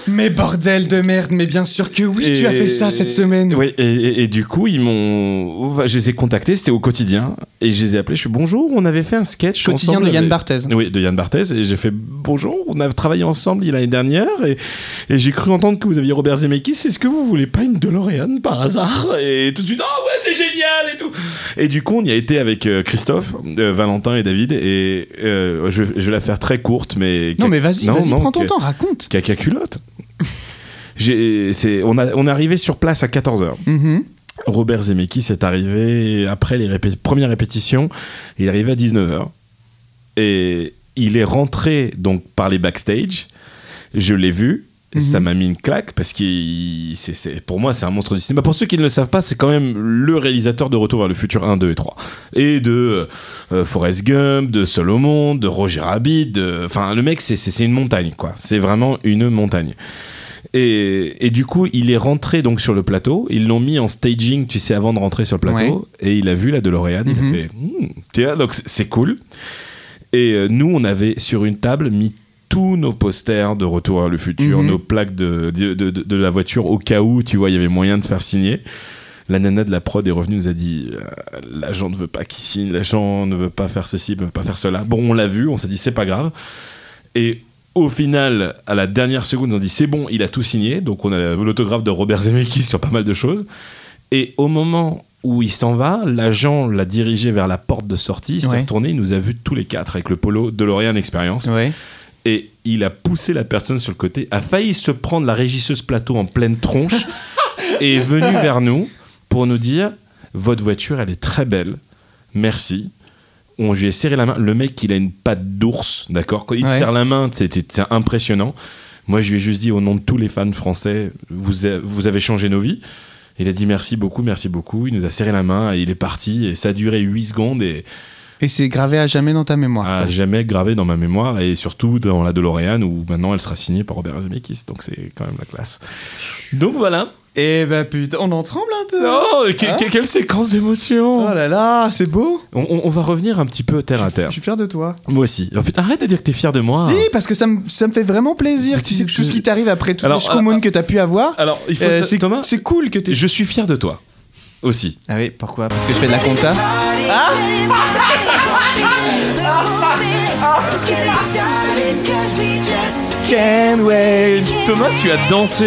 Speaker 4: Mais bordel de merde, mais bien sûr que oui, tu as fait ça cette semaine.
Speaker 2: Oui, et, et- et du coup, ils m'ont. enfin, Je les ai contactés, c'était au quotidien. Et je les ai appelés, je suis bonjour, on avait fait un sketch.
Speaker 4: Quotidien
Speaker 2: ensemble
Speaker 4: de Yann
Speaker 2: avec-
Speaker 4: Barthez.
Speaker 2: Oui, de Yann Barthès. Et j'ai fait bonjour, on a travaillé ensemble l'année dernière. Et, et j'ai cru entendre que vous aviez Robert Zemeckis. Est-ce que vous voulez pas une DeLorean par hasard Et tout de suite, ah ouais, c'est génial et tout. Et du coup, on y a été avec euh, Christophe, euh, Valentin et David. Et euh, je, je vais la faire très courte, mais.
Speaker 4: Non, mais vas-y,
Speaker 2: Non,
Speaker 4: vas-y,
Speaker 2: non,
Speaker 4: prends ton
Speaker 2: que-
Speaker 4: temps, raconte.
Speaker 2: Caca culotte. J'ai- c'est- on, a, on est arrivé sur place à 14h.
Speaker 4: Mhm.
Speaker 2: Robert Zemeckis est arrivé après les répé- premières répétitions. Il est arrivé à 19h. Et il est rentré donc par les backstage. Je l'ai vu.
Speaker 4: Mhm.
Speaker 2: Ça m'a mis une claque parce que pour moi c'est un monstre du cinéma. Pour ceux qui ne le savent pas, c'est quand même le réalisateur de Retour vers le futur 1, 2 et 3. Et de euh, Forrest Gump, de Solomon, de Roger Rabbit. de- Enfin, le mec, c'est- c'est c'est une montagne, quoi. C'est vraiment une montagne. Et, et du coup, il est rentré donc sur le plateau. Ils l'ont mis en staging, tu sais, avant de rentrer sur le plateau. Et il a vu la DeLorean.
Speaker 4: Mhm.
Speaker 2: Il a fait, Hmm, tiens, donc c'est- c'est cool. Et euh, nous, on avait sur une table mis tous nos posters de Retour à le futur,
Speaker 4: Mhm.
Speaker 2: nos plaques de, de, de- de- de la voiture au cas où, tu vois, il y avait moyen de se faire signer. La nana de la prod est revenue, nous a dit euh, l'agent ne veut pas qu'il signe, l'agent ne veut pas faire ceci, ne veut pas faire cela. Bon, on l'a vu, on s'est dit c'est pas grave. Et au final, à la dernière seconde, ils ont dit c'est bon, il a tout signé. Donc on a l'autographe de Robert Zemeckis sur pas mal de choses. Et au moment où il s'en va, l'agent l'a dirigé vers la porte de sortie, il s'est
Speaker 4: Ouais.
Speaker 2: retourné, il nous a vus tous les quatre avec le polo DeLorean Experience.
Speaker 4: Ouais.
Speaker 2: Et il a poussé la personne sur le côté, a failli se prendre la régisseuse plateau en pleine tronche, et est venu vers nous pour nous dire Votre voiture, elle est très belle, merci. On lui a serré la main. Le mec, il a une patte d'ours, d'accord Quand il te
Speaker 4: Ouais.
Speaker 2: serre la main, c'est c'est- c'est impressionnant. Moi, je lui ai juste dit au nom de tous les fans français Vous, a- vous avez changé nos vies. Il a dit merci beaucoup, merci beaucoup. Il nous a serré la main et il est parti. Et ça a duré 8 secondes et
Speaker 4: Et c'est gravé à jamais dans ta mémoire.
Speaker 2: à
Speaker 4: quoi.
Speaker 2: jamais gravé dans ma mémoire et surtout dans la DeLorean où maintenant elle sera signée par Robert Zemeckis donc c'est quand même la classe donc voilà
Speaker 4: Et bah putain, on en tremble un peu. hein.
Speaker 2: Oh, que-
Speaker 4: Hein
Speaker 2: que- quelle séquence d'émotion
Speaker 4: Oh là là, c'est beau.
Speaker 2: on, on- on va revenir un petit peu terre à terre.
Speaker 4: Je suis fier de toi.
Speaker 2: Moi aussi. Oh, putain, arrête de dire que t'es fier de moi.
Speaker 4: Si, parce que ça me, ça me fait vraiment plaisir.
Speaker 2: Mais
Speaker 4: Tu sais,
Speaker 2: je-
Speaker 4: tout ce qui t'arrive après toutes
Speaker 2: Alors,
Speaker 4: les communes que t'as pu avoir,
Speaker 2: Alors, il faut
Speaker 4: euh,
Speaker 2: ça-
Speaker 4: c'est
Speaker 2: Thomas,
Speaker 4: c'est cool que t'aies.
Speaker 2: je suis fier de toi. Aussi.
Speaker 4: Ah oui, pourquoi Parce que je fais de la compta. Can't wait.
Speaker 2: Thomas, tu as dansé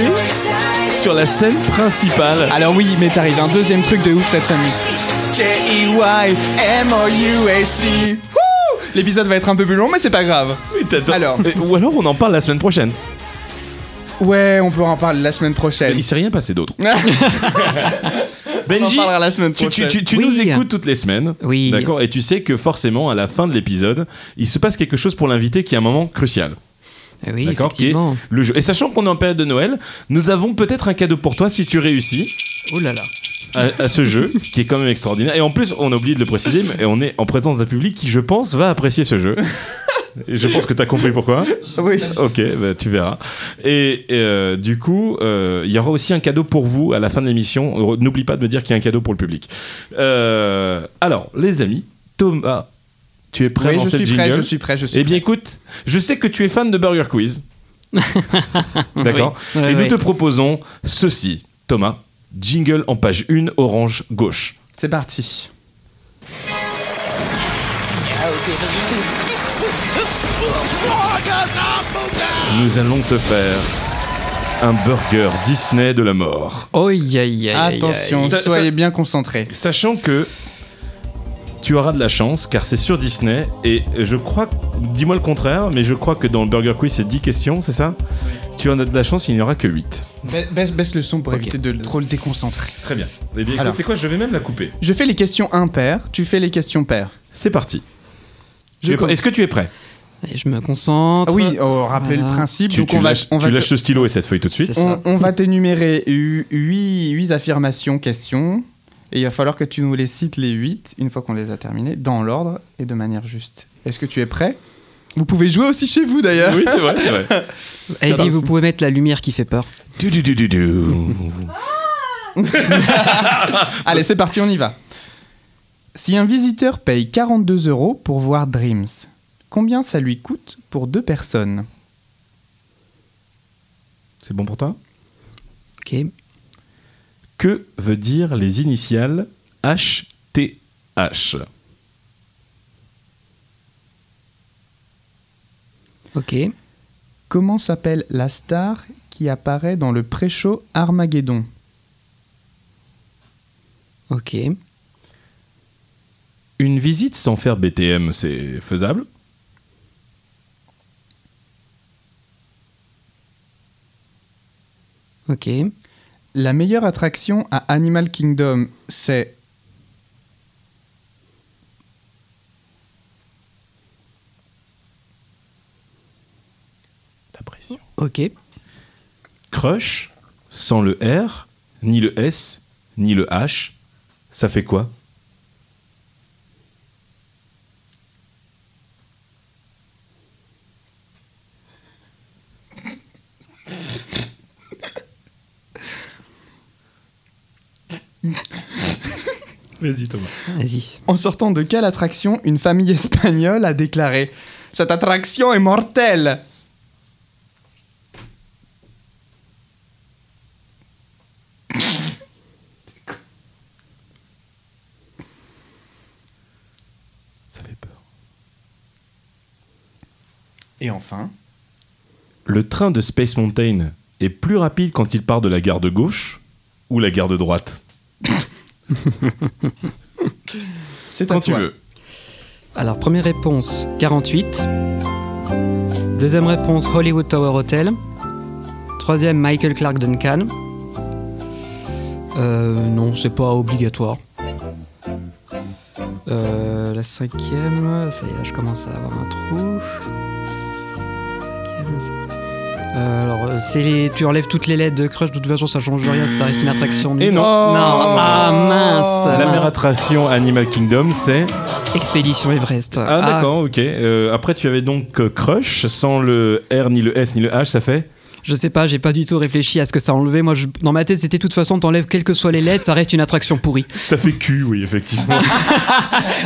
Speaker 2: sur la scène principale.
Speaker 4: Alors oui, mais t'arrives un deuxième truc de ouf cette samedi. E J-E-Y-M-O-U-A-C. Wouh L'épisode va être un peu plus long, mais c'est pas grave.
Speaker 2: Oui, t'as dan-
Speaker 4: Alors.
Speaker 2: Euh, Ou alors on en parle la semaine prochaine.
Speaker 4: Ouais, on peut en parler la semaine prochaine.
Speaker 2: Il s'est rien passé d'autre.
Speaker 4: On en
Speaker 2: Benji,
Speaker 4: parlera la semaine
Speaker 2: tu, tu-
Speaker 4: prochaine.
Speaker 2: tu- tu
Speaker 1: Oui.
Speaker 2: nous écoutes toutes les semaines.
Speaker 1: Oui.
Speaker 2: D'accord Et tu sais que forcément, à la fin de l'épisode, il se passe quelque chose pour l'invité qui est un moment crucial.
Speaker 1: Eh Oui,
Speaker 2: D'accord Qui est
Speaker 1: effectivement.
Speaker 2: le jeu. Et sachant qu'on est en période de Noël, nous avons peut-être un cadeau pour toi si tu réussis
Speaker 1: Oh là là.
Speaker 2: à, à ce jeu, qui est quand même extraordinaire. Et en plus, on a oublié de le préciser, mais on est en présence d'un public qui, je pense, va apprécier ce jeu. Et je pense que t'as compris pourquoi.
Speaker 4: Oui.
Speaker 2: Ok, bah, tu verras. Et euh, du coup, euh, il y aura aussi un cadeau pour vous à la fin de l'émission. Re- N'oublie pas de me dire qu'il y a un cadeau pour le public. Euh, alors, les amis, Thomas, tu es prêt à
Speaker 4: Oui, je
Speaker 2: lancer
Speaker 4: suis
Speaker 2: le
Speaker 4: prêt,
Speaker 2: jingle
Speaker 4: je suis prêt, je suis
Speaker 2: Eh bien, écoute, je sais que tu es fan de Burger Quiz. D'accord
Speaker 1: Oui, oui,
Speaker 2: Et nous
Speaker 1: oui.
Speaker 2: te proposons ceci, Thomas. Jingle en page 1, orange, gauche.
Speaker 4: C'est parti.
Speaker 2: Nous allons te faire un burger Disney de la mort.
Speaker 1: Oh, aïe, aïe, aïe, aïe,
Speaker 4: Attention,
Speaker 1: aïe.
Speaker 2: Ça- ça-
Speaker 4: soyez bien concentrés.
Speaker 2: Sachant que tu auras de la chance car c'est sur Disney et je crois, dis-moi le contraire, mais je crois que dans le Burger Quiz c'est 10 questions, c'est ça Tu en as de la chance, il n'y aura que 8.
Speaker 4: Ba- Baisse, baisse le son pour
Speaker 1: Ok.
Speaker 4: éviter de le- trop le déconcentrer.
Speaker 2: Très bien. Eh bien, écoute,
Speaker 4: Alors.
Speaker 2: c'est quoi Je vais même la couper.
Speaker 4: Je fais les questions impaires, tu fais les questions paires.
Speaker 2: C'est parti. Tu
Speaker 4: Je
Speaker 2: es pr-
Speaker 4: commence.
Speaker 2: Est-ce que tu es prêt
Speaker 1: Et Je me concentre.
Speaker 4: Ah oui, oh, rappelez
Speaker 1: Voilà.
Speaker 4: le principe.
Speaker 2: tu,
Speaker 4: donc
Speaker 2: tu
Speaker 4: on va,
Speaker 2: lâches,
Speaker 4: on
Speaker 2: tu
Speaker 4: va,
Speaker 2: lâches ce stylo et cette feuille tout de suite.
Speaker 1: C'est
Speaker 4: on,
Speaker 1: ça.
Speaker 4: on va t'énumérer 8, affirmations, questions. Et il va falloir que tu nous les cites les 8, une fois qu'on les a terminées, dans l'ordre et de manière juste. Est-ce que tu es prêt Vous pouvez jouer aussi chez vous d'ailleurs.
Speaker 2: Oui, c'est vrai, c'est vrai.
Speaker 1: Allez-y, vous pouvez mettre la lumière qui fait peur.
Speaker 2: Du, du, du, du, du.
Speaker 4: Allez, c'est parti, on y va. Si un visiteur paye 42 euros pour voir Dreams, combien ça lui coûte pour deux personnes
Speaker 2: C'est bon pour toi
Speaker 1: Ok.
Speaker 2: Que veut dire les initiales HTH
Speaker 1: Ok.
Speaker 4: Comment s'appelle la star qui apparaît dans le pré-show Armageddon
Speaker 1: Ok.
Speaker 2: Une visite sans faire BTM, c'est faisable
Speaker 1: Ok.
Speaker 4: La meilleure attraction à Animal Kingdom, c'est
Speaker 2: La pression.
Speaker 1: Ok.
Speaker 2: Crush, sans le R, ni le S, ni le H, ça fait quoi Vas-y Thomas.
Speaker 1: Vas-y.
Speaker 4: En sortant de quelle attraction une famille espagnole a déclaré Cette attraction est mortelle
Speaker 2: Ça fait peur.
Speaker 4: Et enfin
Speaker 2: Le train de Space Mountain est plus rapide quand il part de la gare de gauche ou la gare de droite
Speaker 4: C'est à
Speaker 2: Quand tu
Speaker 4: toi.
Speaker 2: veux.
Speaker 1: Alors, première réponse 48. Deuxième réponse Hollywood Tower Hotel. Troisième Michael Clark Duncan. Euh, non, c'est pas obligatoire. Euh, la cinquième, ça y est, là je commence à avoir un trou. Cinquième, cinquième. Euh, alors, euh, c'est les, tu enlèves toutes les lettres de Crush, de toute façon ça change rien, ça reste une attraction.
Speaker 2: Et non.
Speaker 1: Non,
Speaker 4: Oh.
Speaker 1: ah mince,
Speaker 2: La
Speaker 1: mince.
Speaker 2: meilleure attraction Animal Kingdom, c'est...
Speaker 1: Expédition Everest.
Speaker 2: Ah, d'accord, ok. Euh, après, tu avais donc euh, Crush, sans le R, ni le S, ni le H, ça fait
Speaker 1: Je sais pas, j'ai pas du tout réfléchi à ce que ça enlevait. Moi, je- dans ma tête, c'était de toute façon, t'enlèves quelles que soient les lettres, ça reste une attraction pourrie.
Speaker 2: Ça fait cul, oui, effectivement.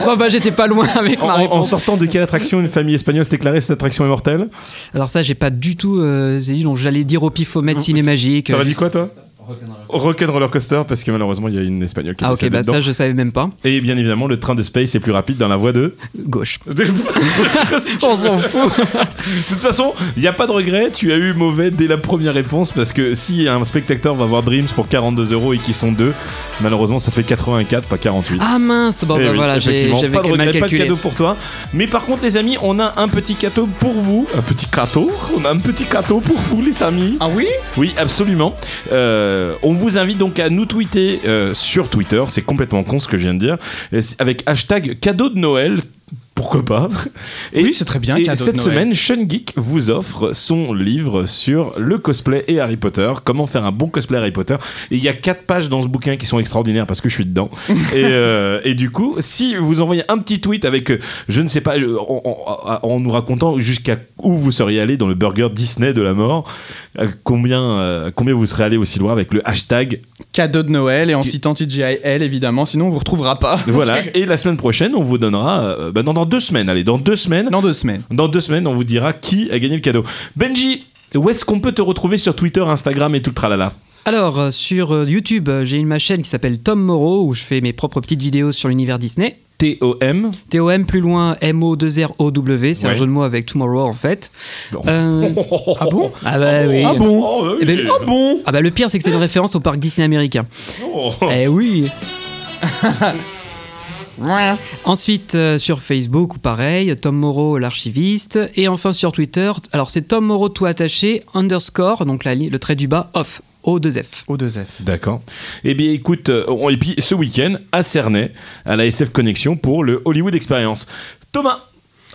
Speaker 1: Bon, bah, j'étais pas loin avec
Speaker 2: en,
Speaker 1: ma
Speaker 2: en- en
Speaker 1: réponse.
Speaker 2: sortant de quelle attraction une famille espagnole s'est déclarée cette attraction est mortelle
Speaker 1: Alors, ça, j'ai pas du tout euh, dit, donc j'allais dire au pif au maître cinémagique. euh,
Speaker 2: T'aurais dit
Speaker 1: juste-
Speaker 2: quoi, toi Rock'n'Roller Coaster, parce que malheureusement, il y a une espagnole qui est
Speaker 1: Ah, ok,
Speaker 2: décédée
Speaker 1: bah,
Speaker 2: dedans.
Speaker 1: ça, je savais même pas.
Speaker 2: Et bien évidemment, le train de Space est plus rapide dans la voie de.
Speaker 1: Gauche.
Speaker 2: Ah, Si tu
Speaker 1: On
Speaker 2: veux.
Speaker 1: s'en fout.
Speaker 2: De toute façon, il n'y a pas de regret, tu as eu mauvais dès la première réponse parce que si un spectateur va voir Dreams pour 42 euros et qu'ils sont deux, malheureusement ça fait 84, pas 48.
Speaker 1: Ah mince, bon
Speaker 2: Eh
Speaker 1: bah
Speaker 2: oui,
Speaker 1: voilà, j'ai-
Speaker 2: effectivement,
Speaker 1: j'avais
Speaker 2: pas de
Speaker 1: mal
Speaker 2: regret, pas de
Speaker 1: calculé.
Speaker 2: cadeau pour toi. Mais par contre, les amis, on a un petit cadeau pour vous. Un petit cadeau On a un petit cadeau pour vous, les amis.
Speaker 4: Ah oui
Speaker 2: Oui, absolument. Euh, on vous invite donc à nous tweeter euh, sur Twitter, c'est complètement con ce que je viens de dire, euh, avec hashtag cadeau de Noël. Pourquoi pas Et,
Speaker 4: Oui, c'est très bien,
Speaker 2: Et
Speaker 4: cadeau de
Speaker 2: cette
Speaker 4: Noël.
Speaker 2: semaine, Sean Geek vous offre son livre sur le cosplay et Harry Potter, comment faire un bon cosplay Harry Potter. Et il y a quatre pages dans ce bouquin qui sont extraordinaires parce que je suis dedans. et, euh, et du coup, si vous envoyez un petit tweet avec, euh, je ne sais pas, euh, en, en- en nous racontant jusqu'à où vous seriez allé dans le burger Disney de la mort, euh, combien, euh, combien vous serez allé aussi loin avec le hashtag
Speaker 4: Cadeau de Noël et en citant TGIL évidemment, sinon on vous retrouvera pas.
Speaker 2: Voilà. Et la semaine prochaine, on vous donnera. euh, bah non, dans deux semaines, allez, dans deux semaines.
Speaker 4: Dans deux semaines.
Speaker 2: Dans deux semaines, on vous dira qui a gagné le cadeau. Benji, où est-ce qu'on peut te retrouver sur Twitter, Instagram et tout le tralala
Speaker 1: Alors, euh, sur euh, YouTube, euh, j'ai une ma chaîne qui s'appelle Tom Moreau, où je fais mes propres petites vidéos sur l'univers Disney.
Speaker 2: T-O-M.
Speaker 1: TOM plus loin MO2ROW, c'est un
Speaker 2: Ouais.
Speaker 1: jeu de mots avec Tomorrow en fait.
Speaker 2: Bon.
Speaker 1: Euh,
Speaker 2: Ah bon
Speaker 1: ah bah oui.
Speaker 2: Ah bon Ah
Speaker 1: Eh ben, ah
Speaker 2: bon
Speaker 1: Ah bah le pire c'est que c'est une référence au parc Disney américain.
Speaker 2: Oh.
Speaker 1: Eh oui. Ensuite euh, sur Facebook ou pareil, Tom Moreau l'archiviste et enfin sur Twitter. Alors c'est Tom Moreau tout attaché underscore donc la ligne- le trait du bas off O2F.
Speaker 4: O2F.
Speaker 2: D'accord. Eh bien, écoute, euh, on- et puis ce week-end, à Cernay, à la SF Connexion pour le Hollywood Experience. Thomas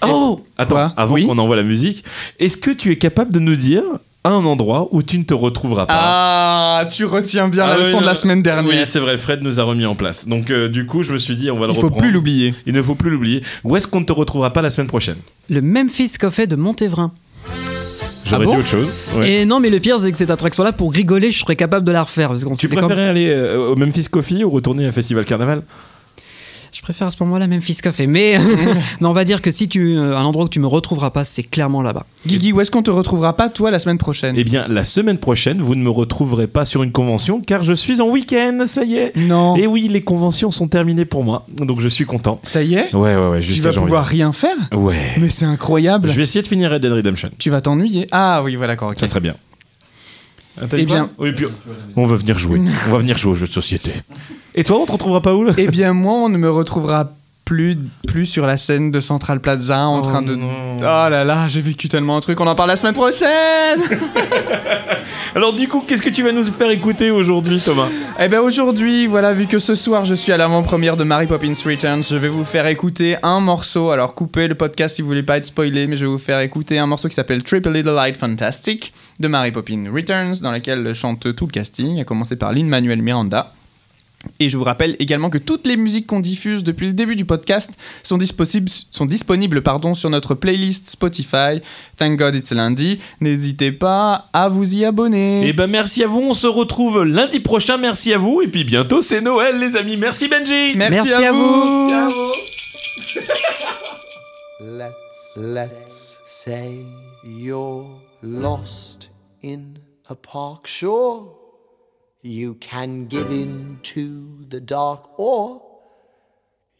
Speaker 2: Oh Attends,
Speaker 4: Eh, Quoi
Speaker 2: avant
Speaker 4: Oui
Speaker 2: qu'on envoie la musique, est-ce que tu es capable de nous dire un endroit où tu ne te retrouveras pas
Speaker 4: Ah, tu retiens bien
Speaker 2: Ah
Speaker 4: la
Speaker 2: oui,
Speaker 4: leçon
Speaker 2: non.
Speaker 4: de la semaine dernière.
Speaker 2: Oui, c'est vrai, Fred nous a remis en place. Donc, euh, du coup, je me suis dit, on va le
Speaker 4: Il faut
Speaker 2: reprendre.
Speaker 4: plus l'oublier.
Speaker 2: Il ne faut plus l'oublier. Où est-ce qu'on ne te retrouvera pas la semaine prochaine
Speaker 1: Le Memphis Coffee de Montévrain.
Speaker 2: J'aurais
Speaker 4: Ah bon
Speaker 2: dit autre chose. Ouais.
Speaker 1: Et non mais le pire c'est que cette attraction là pour rigoler je serais capable de la refaire parce qu'on
Speaker 2: Tu
Speaker 1: s'était quand-
Speaker 2: préférais aller euh, au Memphis Coffee ou retourner à Festival Carnaval
Speaker 1: Je préfère à ce moment-là Memphis Coffee mais mais on va dire que si tu euh, un endroit où tu me retrouveras pas c'est clairement là-bas.
Speaker 4: Guigui, où est-ce qu'on te retrouvera pas toi la semaine prochaine
Speaker 2: Eh bien, la semaine prochaine, vous ne me retrouverez pas sur une convention car je suis en week-end, ça y est.
Speaker 4: Non.
Speaker 2: Et oui, les conventions sont terminées pour moi, donc je suis content.
Speaker 4: Ça y est
Speaker 2: Ouais, ouais, ouais,
Speaker 4: Tu
Speaker 2: jusqu'à
Speaker 4: vas
Speaker 2: janvier.
Speaker 4: pouvoir rien faire
Speaker 2: Ouais.
Speaker 4: Mais c'est incroyable.
Speaker 2: Je vais essayer de finir Red Dead Redemption.
Speaker 4: Tu vas t'ennuyer. Ah oui, voilà, d'accord. ok.
Speaker 2: Ça serait bien. Ah, t'as dit
Speaker 4: Eh
Speaker 2: quoi
Speaker 4: bien-
Speaker 2: Oui, puis on va venir jouer. on va venir jouer aux jeux de société. Mm. Et toi, on te retrouvera pas où là
Speaker 4: Eh bien, moi, on ne me retrouvera plus, plus sur la scène de Central Plaza en train de. Oh là là, j'ai vécu tellement un truc. On en parle la semaine prochaine.
Speaker 2: Alors du coup, qu'est-ce que tu vas nous faire écouter aujourd'hui, Thomas
Speaker 4: Eh bien aujourd'hui, voilà, vu que ce soir je suis à l'avant-première de Mary Poppins Returns, je vais vous faire écouter un morceau. Alors coupez le podcast si vous voulez pas être spoilé, mais je vais vous faire écouter un morceau qui s'appelle Triple Little Light Fantastic de Mary Poppins Returns, dans lequel chante tout le casting, à commencer par Lin-Manuel Miranda. Et je vous rappelle également que toutes les musiques qu'on diffuse depuis le début du podcast sont, dispossibles- sont disponibles pardon, sur notre playlist Spotify. Thank God it's lundi. N'hésitez pas à vous y abonner.
Speaker 2: Eh ben merci à vous, on se retrouve lundi prochain, merci à vous, et puis bientôt c'est Noël les amis, merci Benji
Speaker 1: Merci à vous.
Speaker 5: Let's let's say you're lost in a park shore. You can give in to the dark or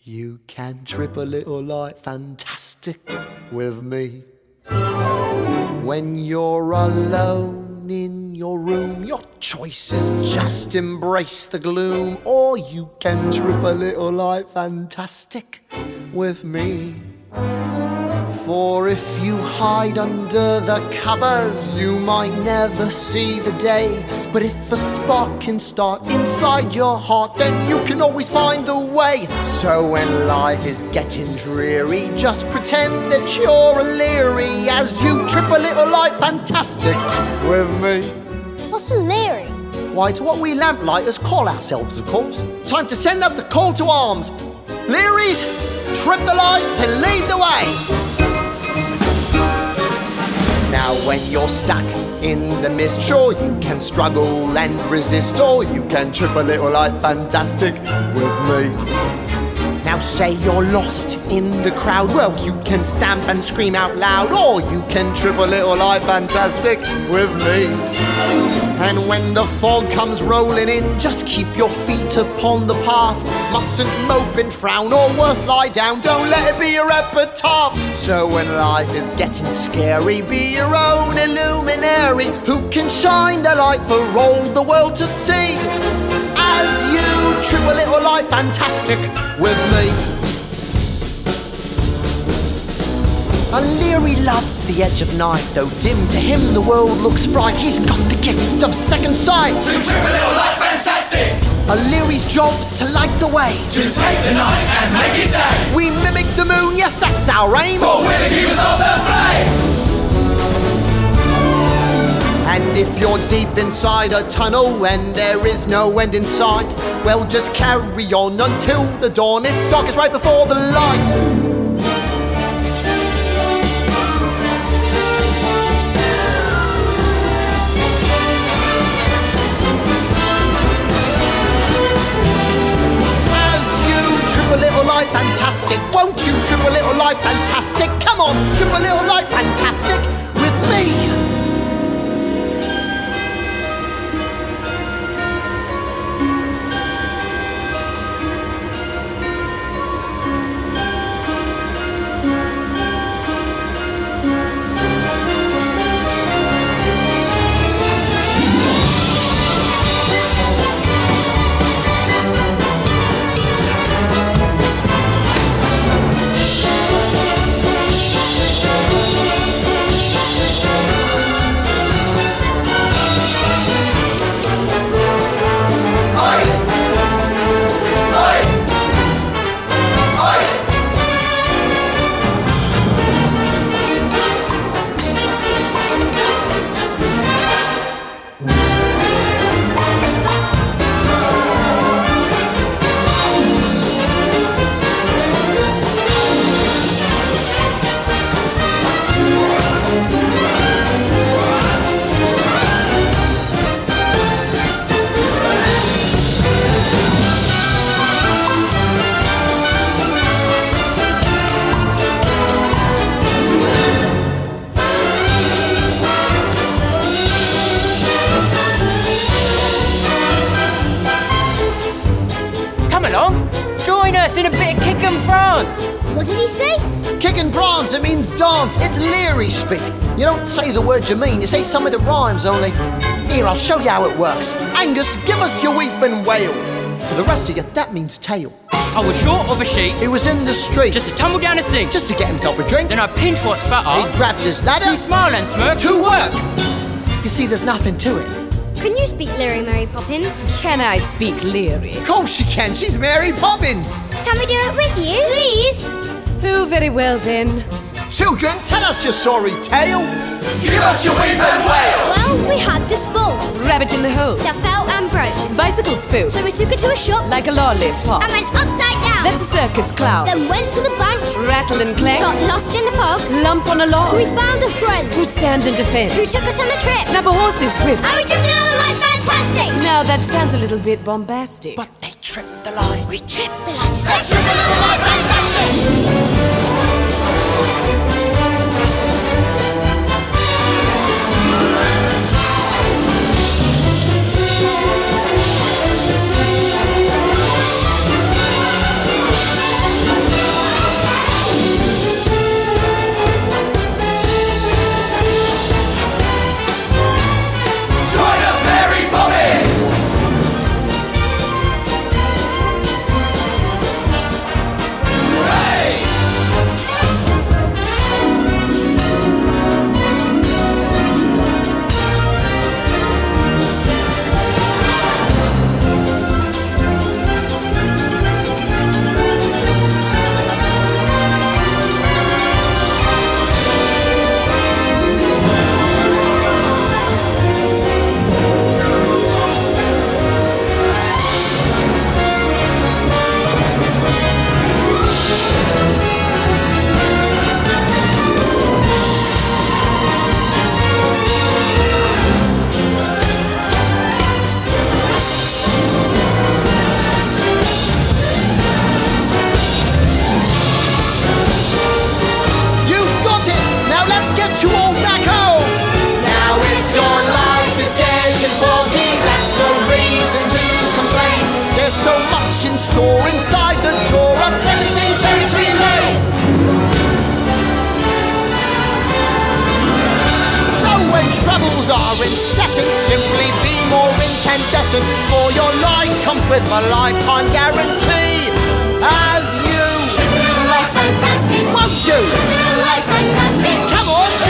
Speaker 5: you can trip a little like fantastic with me. When you're alone in your room, your choice is just embrace the gloom, or you can trip a little like fantastic with me. For if you hide under the covers, you might never see the day. But if a spark can start inside your heart, then you can always find the way. So when life is getting dreary, just pretend that you're leery as you trip a little like fantastic with me.
Speaker 6: What's Larry?
Speaker 5: Why, to what we lamplighters call ourselves, of course. Time to send up the call to arms. Learys, trip the lights and lead the way. Now when you're stuck in the mist. Sure, you can struggle and resist, or you can trip a little like fantastic with me. Now say you're lost in the crowd. Well, you can stamp and scream out loud, or you can trip a little like fantastic with me. And when the fog comes rolling in, just keep your feet upon the path. Mustn't mope and frown, or worse, lie down. Don't let it be your epitaph. So when life is getting scary, be your own illuminary who can shine the light for all the world to see. As you trip a little life fantastic with me. O'Leary loves the edge of night, though dim to him the world looks bright. He's got the gift of second sight.
Speaker 7: To trip a little like fantastic,
Speaker 5: O'Leary's job's to light the way.
Speaker 7: to take the night and make it day.
Speaker 5: We mimic the moon, yes, that's our aim.
Speaker 7: For we're the keepers of the flame.
Speaker 5: And if you're deep inside a tunnel and there is no end in sight, well, just carry on until the dawn. It's darkest right before the light. As you trip a little light fantastic, won't you trip a little light fantastic? Come on, trip a little light fantastic with me.
Speaker 7: Oi! Oi! Oi!
Speaker 8: Come along, join us in a bit of Kickham France.
Speaker 6: What did he say?
Speaker 5: Kicking bronze, it means dance. It's Leary speak. You don't say the word you mean, you say some of the rhymes only. Here, I'll show you how it works. Angus, give us your weep and wail. To the rest of you, that means tail.
Speaker 8: I was short of a sheet,
Speaker 5: He was in the street
Speaker 8: just to tumble down a sink.
Speaker 5: just to get himself a drink.
Speaker 8: Then I pinch what's
Speaker 5: he
Speaker 8: fatter,
Speaker 5: grabbed his
Speaker 8: to
Speaker 5: ladder
Speaker 8: smile and smirk.
Speaker 5: to work. You see, there's nothing to it.
Speaker 6: Can you speak Leary Mary Poppins?
Speaker 9: Can I speak Leary?
Speaker 5: Of course she can. She's Mary Poppins.
Speaker 6: Can we do it with you? Please?
Speaker 9: Oh, very well then.
Speaker 5: Children, tell us your sorry tale.
Speaker 7: Give us your weep and wail.
Speaker 6: Well, we had this ball
Speaker 9: Rabbit in the hole.
Speaker 6: that fell and broke.
Speaker 9: Bicycle spoon.
Speaker 6: So we took it to a shop
Speaker 9: like a lollipop.
Speaker 6: and went upside down.
Speaker 9: That's a circus clown.
Speaker 6: Then went to the bank,
Speaker 9: Rattle and clank.
Speaker 6: got lost in the fog.
Speaker 9: Lump on a log.
Speaker 6: So we found a friend
Speaker 9: Who stand and defend.
Speaker 6: who took us on a trip.
Speaker 9: Snap a horse's whip.
Speaker 6: And we took it all like fantastic.
Speaker 9: Now that sounds a little bit bombastic.
Speaker 5: But they tripped the line.
Speaker 6: We tripped the line.
Speaker 7: Let's trip a little like fantastic. Join us, Mary Poppins. Hey!
Speaker 5: store inside the door. I'm
Speaker 7: 17 Cherry Tree Lane.
Speaker 5: So when troubles are incessant, simply be more incandescent. For your light comes with a lifetime guarantee. As you
Speaker 6: Tripping on like fantastic.
Speaker 5: won't you?
Speaker 6: Tripping on like fantastic.
Speaker 5: Come on,